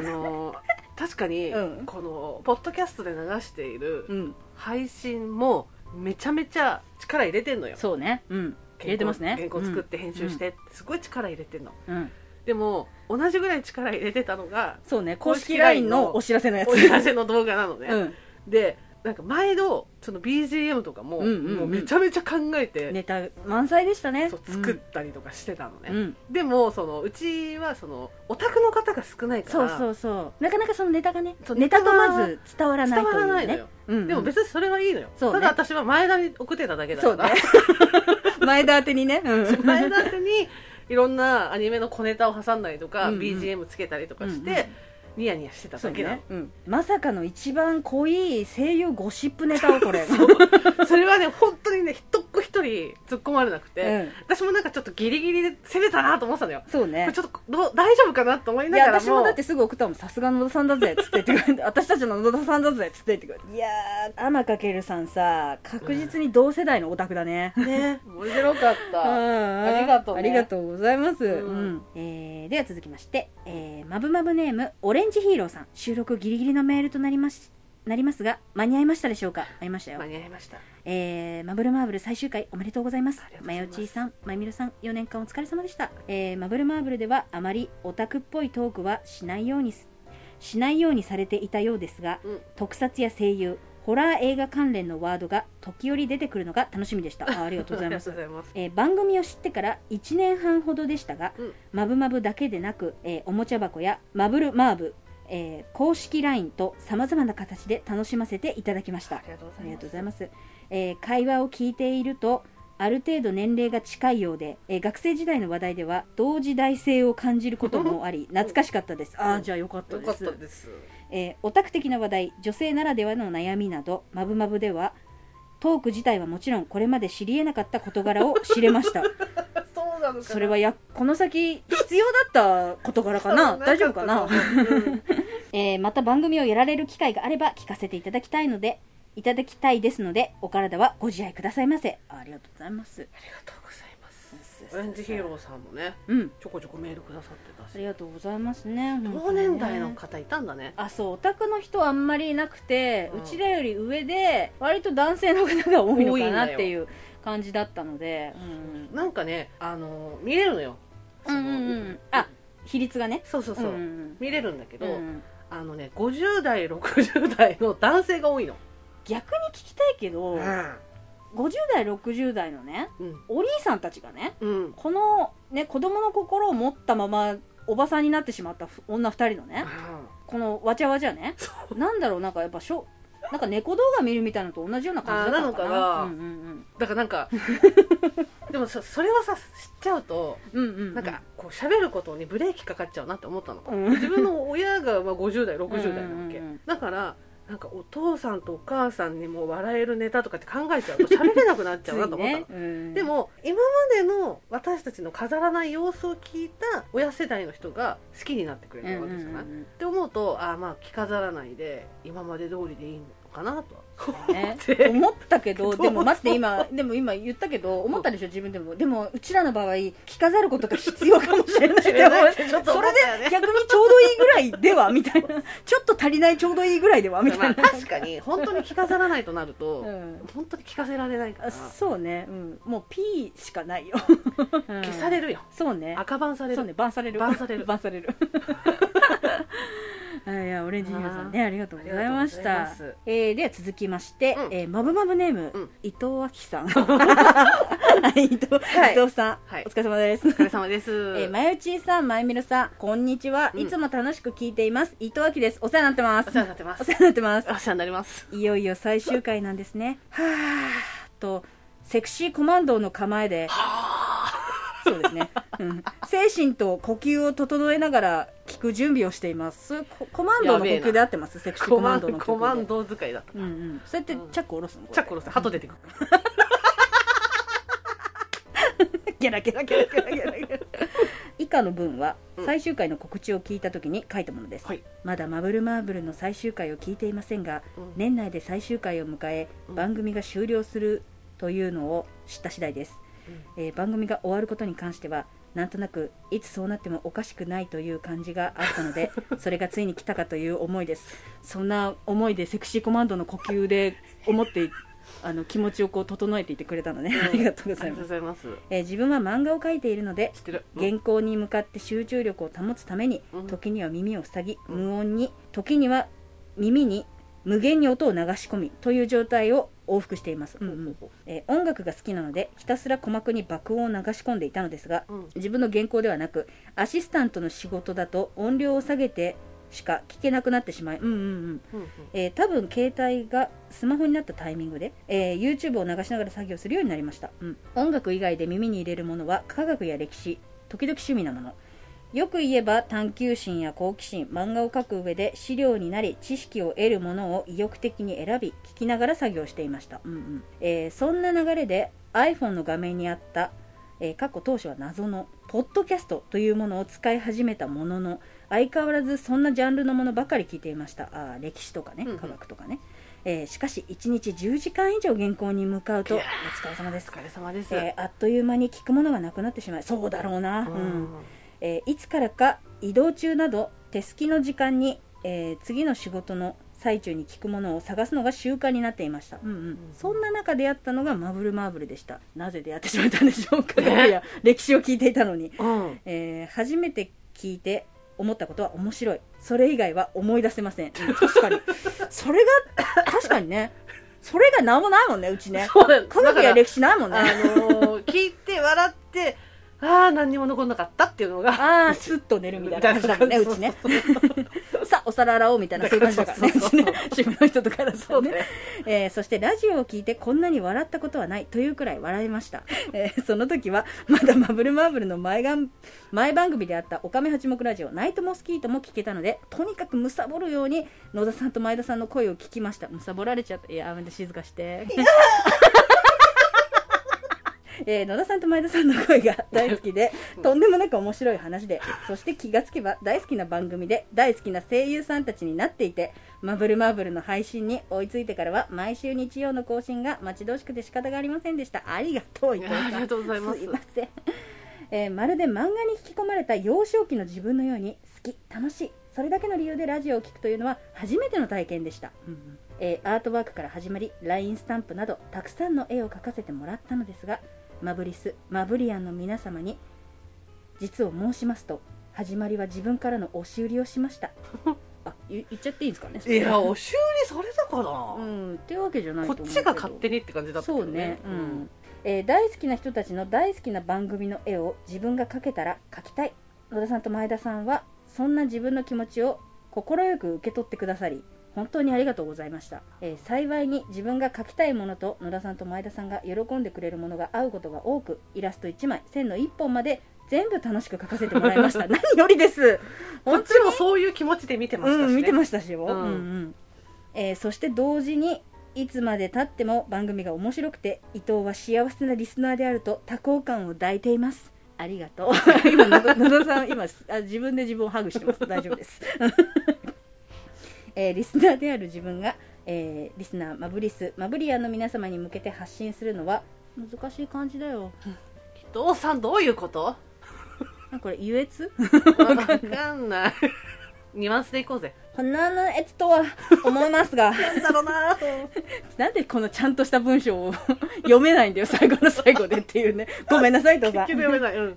Speaker 1: あのー確かに、
Speaker 2: うん
Speaker 1: このポッドキャストで流している
Speaker 2: うん、
Speaker 1: 配信もめちゃめちゃ力入れてんのよ。
Speaker 2: そうね、うん、入れてますね
Speaker 1: 原稿原稿作って編集して、すごい力入れてんの。
Speaker 2: うん、うん
Speaker 1: でも同じぐらい力入れてたのが
Speaker 2: そうね
Speaker 1: 公
Speaker 2: 公
Speaker 1: 式
Speaker 2: 式
Speaker 1: LINE
Speaker 2: LINE
Speaker 1: の
Speaker 2: のお知らせのやつ
Speaker 1: お知らせの動画なのね。
Speaker 2: うん、
Speaker 1: で。なんか毎度その BGM とかも,、
Speaker 2: うんうんうん
Speaker 1: もうめちゃめちゃ考えて、
Speaker 2: ネタ満載でしたね
Speaker 1: そう作ったりとかしてたのね、
Speaker 2: うん、うん
Speaker 1: でもそのうちはそのオタクの方が少ないか
Speaker 2: そう
Speaker 1: ら
Speaker 2: そうそうなかなかそのネタがね
Speaker 1: そう
Speaker 2: ネタとまず伝わら
Speaker 1: 伝
Speaker 2: ないと
Speaker 1: わ
Speaker 2: い
Speaker 1: ら
Speaker 2: うね
Speaker 1: ないのよ、
Speaker 2: うんうん
Speaker 1: でも別にそれはいいのよ、
Speaker 2: そうね
Speaker 1: ただ私は前田に送ってただけだ
Speaker 2: そう
Speaker 1: か
Speaker 2: ね
Speaker 1: ら、
Speaker 2: 前田宛てにね、うん
Speaker 1: 前田宛にいろんなアニメの小ネタを挟んだりとか、
Speaker 2: うんうん
Speaker 1: BGM つけたりとかして、
Speaker 2: うんうん
Speaker 1: ニヤニヤしてた
Speaker 2: そ
Speaker 1: だ
Speaker 2: う
Speaker 1: けだの
Speaker 2: ね、うん、まさかの一番濃い声優ゴシップネタをこれ
Speaker 1: そうそれはね本当にね一っ子一人突っ込まれなくて、
Speaker 2: うん
Speaker 1: 私もなんかちょっとギリギリで攻めたなと思ってたのよ、
Speaker 2: そう
Speaker 1: こ
Speaker 2: ね
Speaker 1: れちょっとどう大丈夫かなと思い
Speaker 2: い
Speaker 1: なが
Speaker 2: や
Speaker 1: らも
Speaker 2: 私もだってすぐ送ったもんさすが野田さんだぜっつって言ってくれて私たちの野田さんだぜっつって言ってくれていやー天かけるさんさ確実に同世代のオタクだね、
Speaker 1: ね面白かった
Speaker 2: あ
Speaker 1: ありがとうね
Speaker 2: ありがとうございます、
Speaker 1: うん
Speaker 2: えーでは続きまして、えー、まぶまぶネームオレンジヒーローさん収録ギリギリのメールとなりますなりますが間に合いましたでしょうかありましたよ
Speaker 1: 間に合いました
Speaker 2: えーマブルマーブル最終回おめでとうございます
Speaker 1: ありがとうご
Speaker 2: ま
Speaker 1: ざい
Speaker 2: よ
Speaker 1: ます
Speaker 2: ちーさんまゆみろさん4年間お疲れ様でした、えーマブルマーブルではあまりオタクっぽいトークはしないようにすしないようにされていたようですが、
Speaker 1: うん
Speaker 2: 特撮や声優ホラー映画関連のワードが時折出てくるのが楽しみでしたあありがとうございます
Speaker 1: ありがとうございます
Speaker 2: えー番組を知ってから1年半ほどでしたが、
Speaker 1: うん
Speaker 2: マブマブだけでなく、えーおもちゃ箱やマブルマーブ、えー公式 LINE とさまざまな形で楽しませていただきました
Speaker 1: ありがとうご
Speaker 2: あ
Speaker 1: ざい
Speaker 2: りが
Speaker 1: ま
Speaker 2: とう
Speaker 1: す
Speaker 2: ございます、えー会話を聞いているとある程度年齢が近いようで、えー学生時代の話題では同時代性を感じることも あり懐かしかったですああじゃあよかった
Speaker 1: よ
Speaker 2: で
Speaker 1: かっ
Speaker 2: す
Speaker 1: たです
Speaker 2: えーオタク的な話題女性ならではの悩みなどまぶまぶではトーク自体はもちろんこれまで知り得なかった事柄を知れました
Speaker 1: そうなのかな
Speaker 2: それはやこの先必要だった事柄かな大丈夫かな
Speaker 1: うん
Speaker 2: えーまた番組をやられる機会があれば聞かせていただきたいのでいただきたいですのでお体はご自愛くださいませありがとうございます
Speaker 1: ありがとうございますオレンジヒーローさんもね
Speaker 2: うん
Speaker 1: ちょこちょこメールくださってた
Speaker 2: あ
Speaker 1: し
Speaker 2: りがとうございますね
Speaker 1: 同年代の方いたんだね
Speaker 2: あそうオタクの人はあんまりいなくて、
Speaker 1: う
Speaker 2: うんちらより上で割と男性の方が多いのかなっていう感じだったので、うん
Speaker 1: なんかねあの見れるのよそ
Speaker 2: うん
Speaker 1: の
Speaker 2: うんうん、あ比率がね
Speaker 1: そうそうそう、
Speaker 2: んん
Speaker 1: 見れるんだけど、
Speaker 2: うんうん
Speaker 1: あのね50代60代の男性が多いの、
Speaker 2: 逆に聞きたいけど、
Speaker 1: う
Speaker 2: 50代60代のね
Speaker 1: ん
Speaker 2: お兄さんたちがね
Speaker 1: うん、
Speaker 2: このね子供の心を持ったままおばさんになってしまったふ女2人のねこのわちゃわちゃね
Speaker 1: そ
Speaker 2: なんだろうなんかやっぱしょなんか猫動画見るみたいなのと同じような感じだったのかな
Speaker 1: あーな
Speaker 2: うん
Speaker 1: の
Speaker 2: うん
Speaker 1: だからなん かでもそそれをさ知っちゃうと
Speaker 2: うんうんうん
Speaker 1: なんかこう喋ることにブレーキかかっちゃうなって思ったの
Speaker 2: うん
Speaker 1: 自分の親がまあ50代60代なわけ、
Speaker 2: うんうんうん
Speaker 1: だからなんかお父さんとお母さんにも笑えるネタとかって考えちゃうと喋れなくなっちゃう なと思ったの、
Speaker 2: ついねうん
Speaker 1: でも今までの私たちの飾らない様子を聞いた親世代の人が好きになってくれ
Speaker 2: うんうん
Speaker 1: る
Speaker 2: う
Speaker 1: わけじゃない、
Speaker 2: ん
Speaker 1: って思うとああまあ着飾らないで今まで通りでいいのかなとは思
Speaker 2: ね
Speaker 1: って、
Speaker 2: 思ったけど
Speaker 1: どう
Speaker 2: でも待って今でも今言ったけど思ったでしょ自分でもでもうちらの場合着飾ることが必要かもしれない でも
Speaker 1: ちょっと
Speaker 2: そ
Speaker 1: 思
Speaker 2: れ
Speaker 1: っ
Speaker 2: で
Speaker 1: たよ ね
Speaker 2: 逆にちょうどいいぐらいではみたいなちょっと足りないちょうどいいぐらいではみた
Speaker 1: ま
Speaker 2: い
Speaker 1: あ、
Speaker 2: な、
Speaker 1: 確かに本当に着飾らないとなると、
Speaker 2: うん
Speaker 1: 本当に着かせられないか
Speaker 2: あ
Speaker 1: ら
Speaker 2: そうね、うん、もう P しかないよ消
Speaker 1: 消され
Speaker 2: る
Speaker 1: るよ
Speaker 2: そうね
Speaker 1: 赤番される
Speaker 2: そうねバンされる
Speaker 1: バンされる
Speaker 2: バンされる あいやオレンジヒーローさんねありがとうございまし
Speaker 1: ありが
Speaker 2: た
Speaker 1: とうございます
Speaker 2: えーでは続きまして、
Speaker 1: うん
Speaker 2: えーマブマブネーム、
Speaker 1: うん
Speaker 2: 伊藤亜希さ んはい伊藤,、
Speaker 1: はい
Speaker 2: 伊藤さん、
Speaker 1: はい
Speaker 2: お疲れ様で す
Speaker 1: お疲れ様です、
Speaker 2: えー、まゆちーさん、まゆみるさん、こんにちは。
Speaker 1: うん
Speaker 2: いつも楽しく聞いています。伊藤亜希です。お世話になってます。
Speaker 1: お世話になってます
Speaker 2: お世話になってま
Speaker 1: お
Speaker 2: す。
Speaker 1: 世話になります
Speaker 2: いよいよ最終回なんですね。はーと、セクシーコマンドーの構えで、そうですね、うん、精神と呼吸を整えながら聞く準備をしています。そういうココマンドーの呼吸で合ってますセクシー
Speaker 1: コ
Speaker 2: コ
Speaker 1: マ
Speaker 2: マ
Speaker 1: ン
Speaker 2: ンドー
Speaker 1: ド
Speaker 2: の呼吸で。
Speaker 1: コマンド使いだった
Speaker 2: うんうん。そうやってチャック下ろすの
Speaker 1: チャックロス鳩出てくる
Speaker 2: ゲラゲラゲラゲラゲラゲラ以下の文は
Speaker 1: うん
Speaker 2: 最終回の告知を聞いた時に書いたものです、
Speaker 1: はい
Speaker 2: まだ「マブルマーブル」の最終回を聞いていませんが
Speaker 1: うん
Speaker 2: 年内で最終回を迎え
Speaker 1: うん
Speaker 2: 番組が終了するというのを知った次第です、えー番組が終わることに関してはなんとなくいつそうなってもおかしくないという感じがあった のでそれがついに来たかという思いですそんな思いでセクシーコマンドの呼吸で思っていあの気持ちをこう整えていてくれたのね、ありがと
Speaker 1: あ
Speaker 2: うござ
Speaker 1: り
Speaker 2: い
Speaker 1: がと
Speaker 2: ま
Speaker 1: うご
Speaker 2: す
Speaker 1: ざいます
Speaker 2: えー自分は漫画を描いているので
Speaker 1: 知ってる
Speaker 2: 原稿に向かって集中力を保つために
Speaker 1: うん
Speaker 2: 時には耳を塞ぎ
Speaker 1: うん
Speaker 2: 無音に時には耳に無限に音を流し込みという状態を往復しています、
Speaker 1: う
Speaker 2: うんん
Speaker 1: う
Speaker 2: うんんえー音楽が好きなのでひたすら鼓膜に爆音を流し込んでいたのですが
Speaker 1: うん
Speaker 2: 自分の原稿ではなくアシスタントの仕事だと音量を下げてしか聞けなくなってしまいうんうんうん
Speaker 1: うんうん
Speaker 2: えー多分携帯がスマホになったタイミングで、えー YouTube を流しながら作業するようになりました、うん音楽以外で耳に入れるものは科学や歴史時々趣味なものよく言えば探求心や好奇心漫画を描く上で資料になり知識を得るものを意欲的に選び聞きながら作業していました、うんうんえーそんな流れで iPhone の画面にあった、えー過去当初は謎のポッドキャストというものを使い始めたものの相変わらずそんなジャンルのものばかり聞いていましたあー歴史とかね
Speaker 1: うんうん
Speaker 2: 科学とかね、えーしかし1日10時間以上原稿に向かうと
Speaker 1: い
Speaker 2: お疲
Speaker 1: や
Speaker 2: れ様で
Speaker 1: お
Speaker 2: す
Speaker 1: 疲れ様です、
Speaker 2: えーあっという間に聞くものがなくなってしまいそうだろうな、
Speaker 1: う
Speaker 2: うん
Speaker 1: ん
Speaker 2: えーいつからか移動中など手すきの時間に、えー次の仕事の最中に聞くものを探すのが習慣になっていました、うんうんそんな中出会ったのがマブルマーブルでしたなぜ出会ってしまったんでしょう かいやいや歴史を聞いていたのに、
Speaker 1: うん
Speaker 2: えー初めて聞いて思ったことは面白いそれ以外は思い出せません、うん確かにそれが確かにねそれが何もないもんねうち ね
Speaker 1: そうだよ
Speaker 2: 科学や歴史ないもん
Speaker 1: あ
Speaker 2: ね
Speaker 1: のー聞いて笑ってああ何にも残んなかったっていうのが
Speaker 2: ああスッと寝るみたいな感じだもんね
Speaker 1: そうそ
Speaker 2: ちねさあお皿洗おうみたいなそういう感じだからね
Speaker 1: そうそうそう
Speaker 2: うちね主婦の人とかだ
Speaker 1: そ
Speaker 2: と
Speaker 1: う
Speaker 2: ね
Speaker 1: だよ
Speaker 2: えーそしてラジオを聞いてこんなに笑ったことはないというくらい笑いました、えーその時はまだマブルマーブルの前がん前番組であった「おかめ八目ラジオナイトモスキート」も聞けたのでとにかくむさぼるように野田さんと前田さんの声を聞きましたむさぼられちゃったいややめて静かしてえー野田さんと前田さんの声が 大好きでとんでもなく面白い話でそして気がつけば大好きな番組で大好きな声優さんたちになっていてマブルマーブルの配信に追いついてからは毎週日曜の更新が待ち遠しくて仕方がありませんでしたありがとう伊藤さん
Speaker 1: ありがとうございます
Speaker 2: すいません、 えーまるで漫画に引き込まれた幼少期の自分のように好き楽しいそれだけの理由でラジオを聞くというのは初めての体験でした、えーアートワークから始まりラインスタンプなどたくさんの絵を描かせてもらったのですがマブリスマブリアンの皆様に実を申しますと始まりは自分からの押し売りをしました あ言言っちゃっていいんですかねそ
Speaker 1: い
Speaker 2: れ
Speaker 1: やお修理されたかな、
Speaker 2: うんっていうわけじゃないと
Speaker 1: こ
Speaker 2: 思う
Speaker 1: っ
Speaker 2: けど
Speaker 1: ちが勝手にって感じだったけ
Speaker 2: そう
Speaker 1: ど
Speaker 2: ね、うんえー大好きな人たちの大好きな番組の絵を自分が描けたら描きたい野田さんと前田さんはそんな自分の気持ちを快く受け取ってくださり本当にありがとうございました、えー幸いに自分が描きたいものと野田さんと前田さんが喜んでくれるものが合うことが多くイラスト1枚線の1本まで全部楽しく描かせてもらい ました何よりです
Speaker 1: こっ
Speaker 2: 本当
Speaker 1: ちもそういう気持ちで見てましたし、ね
Speaker 2: うん、見てましたしよ、
Speaker 1: うん
Speaker 2: うんうんえーそして同時にいつまでたっても番組が面白くて伊藤は幸せなリスナーであると多幸感を抱いていますありがとう 今野田野田さん今あ自分で自分をハグしてます大丈夫です、 えーリスナーである自分が、えーリスナーマブリスマブリアンの皆様に向けて発信するのは難しい感じだよ
Speaker 1: 伊藤さんどういうこと
Speaker 2: あこれ優越
Speaker 1: わかんないニュアンスでいこうぜ
Speaker 2: 花のえつとは思いますが
Speaker 1: なんだろうな
Speaker 2: なんでこのちゃんとした文章を 読めないんだよ最後の最後でっていうね ごめんなさいと
Speaker 1: 結
Speaker 2: さ
Speaker 1: 局読め
Speaker 2: ん、
Speaker 1: ない、うん、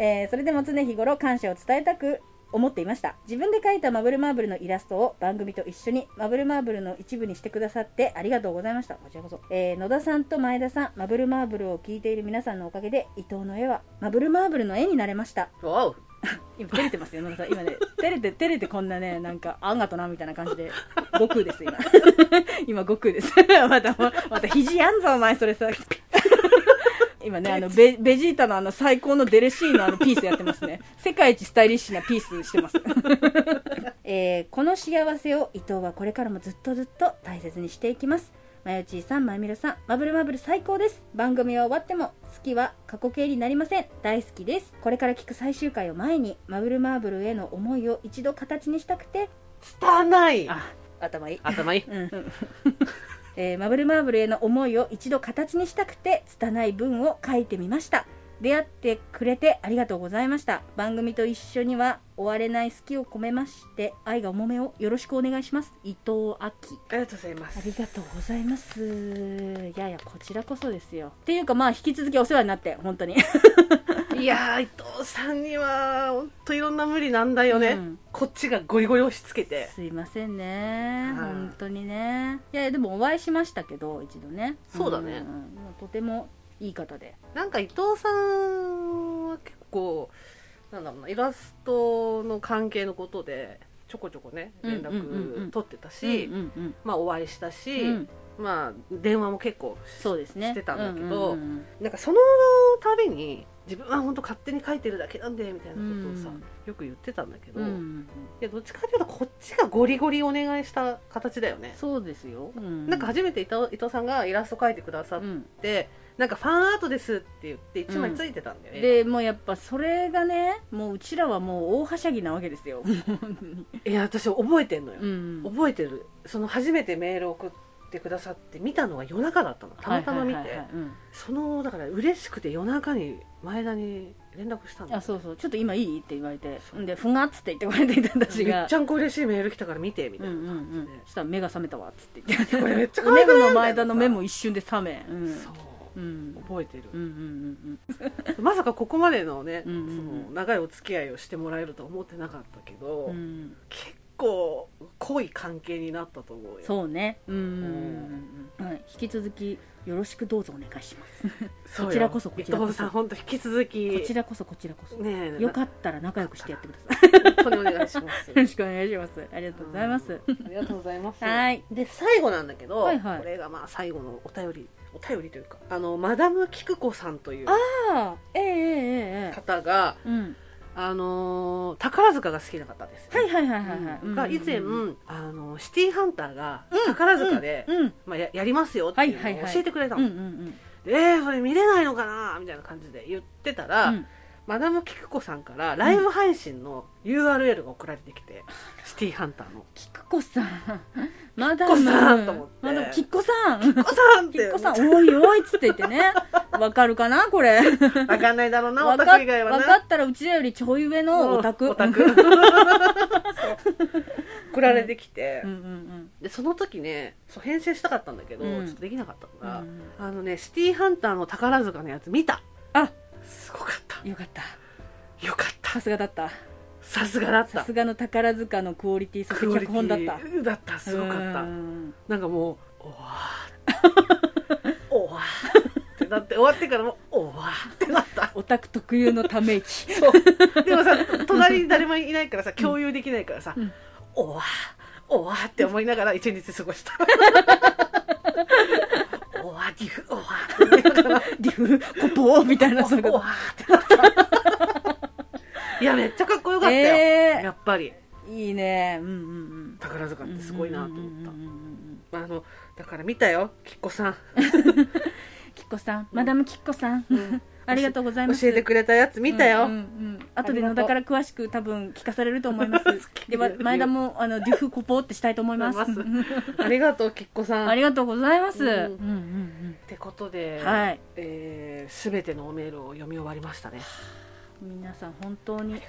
Speaker 2: えーそれでも常日頃感謝を伝えたく思っていました自分で描いたマブルマーブルのイラストを番組と一緒にマブルマーブルの一部にしてくださってありがとうございましたこちらこそ、えー野田さんと前田さんマブルマーブルを聞いている皆さんのおかげで伊藤の絵はマブルマーブルの絵になれました
Speaker 1: わお
Speaker 2: 今照れてますよ野田さん今ね照れて照れてこんなねなんかあんがとなみたいな感じで悟空です今 今悟空です またまた肘やんぞお前それさ 今ねあのベベジータのあの最高のデレシーのあのピースやってますね世界一スタイリッシュなピースしてます えーこの幸せを伊藤はこれからもずっとずっと大切にしていきますまよちーさんまゆみろさんマブルマブル最高です番組は終わっても好きは過去形になりません大好きですこれから聞く最終回を前にマブルマーブルへの思いを一度形にしたくて
Speaker 1: 拙い
Speaker 2: あ頭いい
Speaker 1: 頭いい
Speaker 2: うん、 えーマブルマーブルへの思いを一度形にしたくて拙い文を書いてみました出会ってくれてありがとうございました番組と一緒には終われない好きを込めまして愛が重めをよろしくお願いします伊藤亜紀
Speaker 1: ありがとうございま
Speaker 2: あ
Speaker 1: す
Speaker 2: りがとうございますいやいやこちらこそですよっていうかまあ引き続きお世話になって本当に
Speaker 1: いやー伊藤さんには本当いろんな無理なんだよね、
Speaker 2: うん
Speaker 1: こっちがゴリゴリ押し付けて
Speaker 2: すいませんね
Speaker 1: はい
Speaker 2: 本当にねいやでもお会いしましたけど一度ね
Speaker 1: そうだね
Speaker 2: んうんとてもいい方で
Speaker 1: なんか伊藤さんは結構なんだろうなイラストの関係のことでちょこちょこね連
Speaker 2: うんうんうんう
Speaker 1: 絡
Speaker 2: ん
Speaker 1: 取ってたし、
Speaker 2: うんうん
Speaker 1: まあお会いした
Speaker 2: う
Speaker 1: し、
Speaker 2: んうん
Speaker 1: まあ電話も結構
Speaker 2: そうですね
Speaker 1: してたんだけど
Speaker 2: うんうんうん
Speaker 1: なんかその度に自分は本当勝手に書いてるだけなんでみたいなことをさ、
Speaker 2: うん
Speaker 1: よく言ってたんだけど、
Speaker 2: うんうんう
Speaker 1: い
Speaker 2: ん
Speaker 1: やどっちかというとこっちがゴリゴリお願いした形だよね。
Speaker 2: そうですよ
Speaker 1: な
Speaker 2: なん
Speaker 1: か初めて伊藤伊藤さんがイラスト描いてくださって、なんかファンアートですって言って1枚ついてたんだよね、
Speaker 2: でもうやっぱそれがねもううちらはもう大はしゃぎなわけで すよ本当に
Speaker 1: いや私覚えてんのよ、
Speaker 2: うん
Speaker 1: 覚えてるその初めてメール送ってくださって見たのが夜中だったのたまたま見て、
Speaker 2: はいはいはいはいうん
Speaker 1: そのだから嬉しくて夜中に前田に連絡したの
Speaker 2: あそうそうちょっと今いいって言われて
Speaker 1: そうん
Speaker 2: で「ふが」っつって言ってくれていた私
Speaker 1: め
Speaker 2: が
Speaker 1: っちゃんこ嬉しいメール来たから見てみた
Speaker 2: う
Speaker 1: い
Speaker 2: ん
Speaker 1: な
Speaker 2: うん
Speaker 1: 感
Speaker 2: うん
Speaker 1: じで、
Speaker 2: そしたら目が覚めたわっつって言って
Speaker 1: こ れめっちゃ
Speaker 2: お
Speaker 1: 可愛
Speaker 2: 目
Speaker 1: くない
Speaker 2: の前田の目も一瞬で覚めうん
Speaker 1: そう
Speaker 2: うん
Speaker 1: 覚えてる
Speaker 2: うんうんうん
Speaker 1: まさかここまでのね、
Speaker 2: うんうんうん
Speaker 1: その長いお付き合いをしてもらえるとは思ってなかったけど、
Speaker 2: うんうん
Speaker 1: 結構濃い関係になったと思うよ
Speaker 2: そうねうんうんうんうんはい引き続きよろしくどうぞお願いします
Speaker 1: そうよ
Speaker 2: こちらこそこちらこそ
Speaker 1: 伊藤さん本当引き続き
Speaker 2: こちらこそこちらこそ
Speaker 1: ねえ
Speaker 2: よかったら仲良くしてやってくださいよ
Speaker 1: 本当にお願いし ます
Speaker 2: ろしくお願いしますありがとうございます
Speaker 1: ありがとうございます
Speaker 2: はい
Speaker 1: で最後なんだけど、
Speaker 2: はいはい
Speaker 1: これがまあ最後のお便りお便りというかあのマダムキクコさんという
Speaker 2: ああええええええ
Speaker 1: 方が
Speaker 2: うん
Speaker 1: あのー宝塚が好きな方です、
Speaker 2: はいはいはいはいはいうん
Speaker 1: が以前、
Speaker 2: うん
Speaker 1: あのシティーハンターが宝塚で、
Speaker 2: うん
Speaker 1: まあ、ややりますよっていう
Speaker 2: はいはい
Speaker 1: の
Speaker 2: は
Speaker 1: を
Speaker 2: い
Speaker 1: 教えてくれた
Speaker 2: う
Speaker 1: の、
Speaker 2: んう
Speaker 1: で
Speaker 2: ん
Speaker 1: えーそれ見れないのかなみたいな感じで言ってたら、
Speaker 2: うん
Speaker 1: マダムキクコさんからライブ配信の URL が送られてきて、シティーハンターの
Speaker 2: きくこさんま
Speaker 1: き
Speaker 2: だ
Speaker 1: っこさんと思って
Speaker 2: まだきっこさん
Speaker 1: 「お子さん!」っ
Speaker 2: きってこさんおいおいっつって言ってねわかるかなこれ
Speaker 1: わかんないだろうな、オ
Speaker 2: わか
Speaker 1: タク以外は
Speaker 2: わか
Speaker 1: な。
Speaker 2: ったらうちらよりちょい上のオタク
Speaker 1: オタク。送られてきて、
Speaker 2: うんうん
Speaker 1: でその時ねそう編成したかったんだけど、
Speaker 2: うん
Speaker 1: ちょっとできなかった
Speaker 2: う
Speaker 1: から、
Speaker 2: ん
Speaker 1: あのねシティーハンターの宝塚のやつ見た
Speaker 2: あ
Speaker 1: すごかった
Speaker 2: よかった
Speaker 1: よかった
Speaker 2: さすがだった
Speaker 1: さすがだっ
Speaker 2: さ
Speaker 1: た
Speaker 2: すがの宝塚のクオリティそして
Speaker 1: クオリ
Speaker 2: 脚
Speaker 1: テ
Speaker 2: 本だった
Speaker 1: ィだったすごかった
Speaker 2: うん
Speaker 1: なんか もう「おわー」おわーってなって終わってからも「おわー」ってなった
Speaker 2: オタク特有のため息
Speaker 1: でもさ隣に誰もいないからさ共有できないからさ
Speaker 2: うん
Speaker 1: 「おわー」おわーって思いながら一日過ご した。おわー、ギフ、おわーって言いながら
Speaker 2: リフコポーみたいなそういう
Speaker 1: お
Speaker 2: こ
Speaker 1: わーってなった。 いや、めっちゃかっこよか
Speaker 2: と
Speaker 1: ったよ。
Speaker 2: え
Speaker 1: やっぱり
Speaker 2: ーいいねうんうん
Speaker 1: 宝塚っ
Speaker 2: うん
Speaker 1: てすごいなと思った
Speaker 2: うんうんうんうん
Speaker 1: まああのだから見たよきっこさん、
Speaker 2: きっこさんマダムきっこさんありがとうございます
Speaker 1: 教えてくれたやつ見たよ、
Speaker 2: うんうんうん後で野田から詳しく多分聞かされると思 いますでは前田もあのデュフコポーってしたいと思います
Speaker 1: 思いありがとうきっこさん
Speaker 2: ありがとうございます、
Speaker 1: うん
Speaker 2: うんうん
Speaker 1: ってことで、
Speaker 2: うんはい
Speaker 1: えー、全てのおメールを読み終わりましたね
Speaker 2: 皆さん本当
Speaker 1: あ
Speaker 2: に
Speaker 1: りが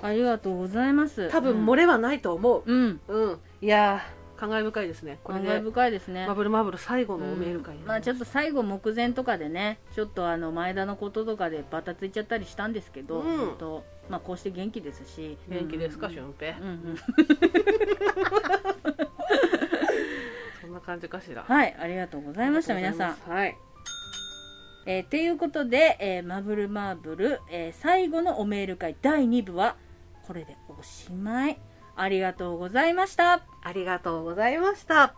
Speaker 1: と
Speaker 2: ありがとうございます
Speaker 1: う多分漏れはないと思う
Speaker 2: うん、うん
Speaker 1: うん、いやー感慨深いですねこれ
Speaker 2: 感
Speaker 1: で、
Speaker 2: 慨深いですね
Speaker 1: マブルマブル最後のおメール会、
Speaker 2: うんまあちょっと最後目前とかでねちょっとあの前田のこととかでバタついちゃったりしたんですけど、
Speaker 1: うん
Speaker 2: 本当まあこうして元気ですし
Speaker 1: 元気ですか、
Speaker 2: うんうん
Speaker 1: 俊平、
Speaker 2: うんうん、
Speaker 1: そんな感じかしらあ
Speaker 2: はいありがとうございました
Speaker 1: りが
Speaker 2: 皆
Speaker 1: とうござい
Speaker 2: さ
Speaker 1: ま
Speaker 2: ん
Speaker 1: すはい
Speaker 2: えー、ていうことで、えーマブルマーブル、えー最後のおメール会第2部はこれでおしまいありがとうございました
Speaker 1: ありがとうございました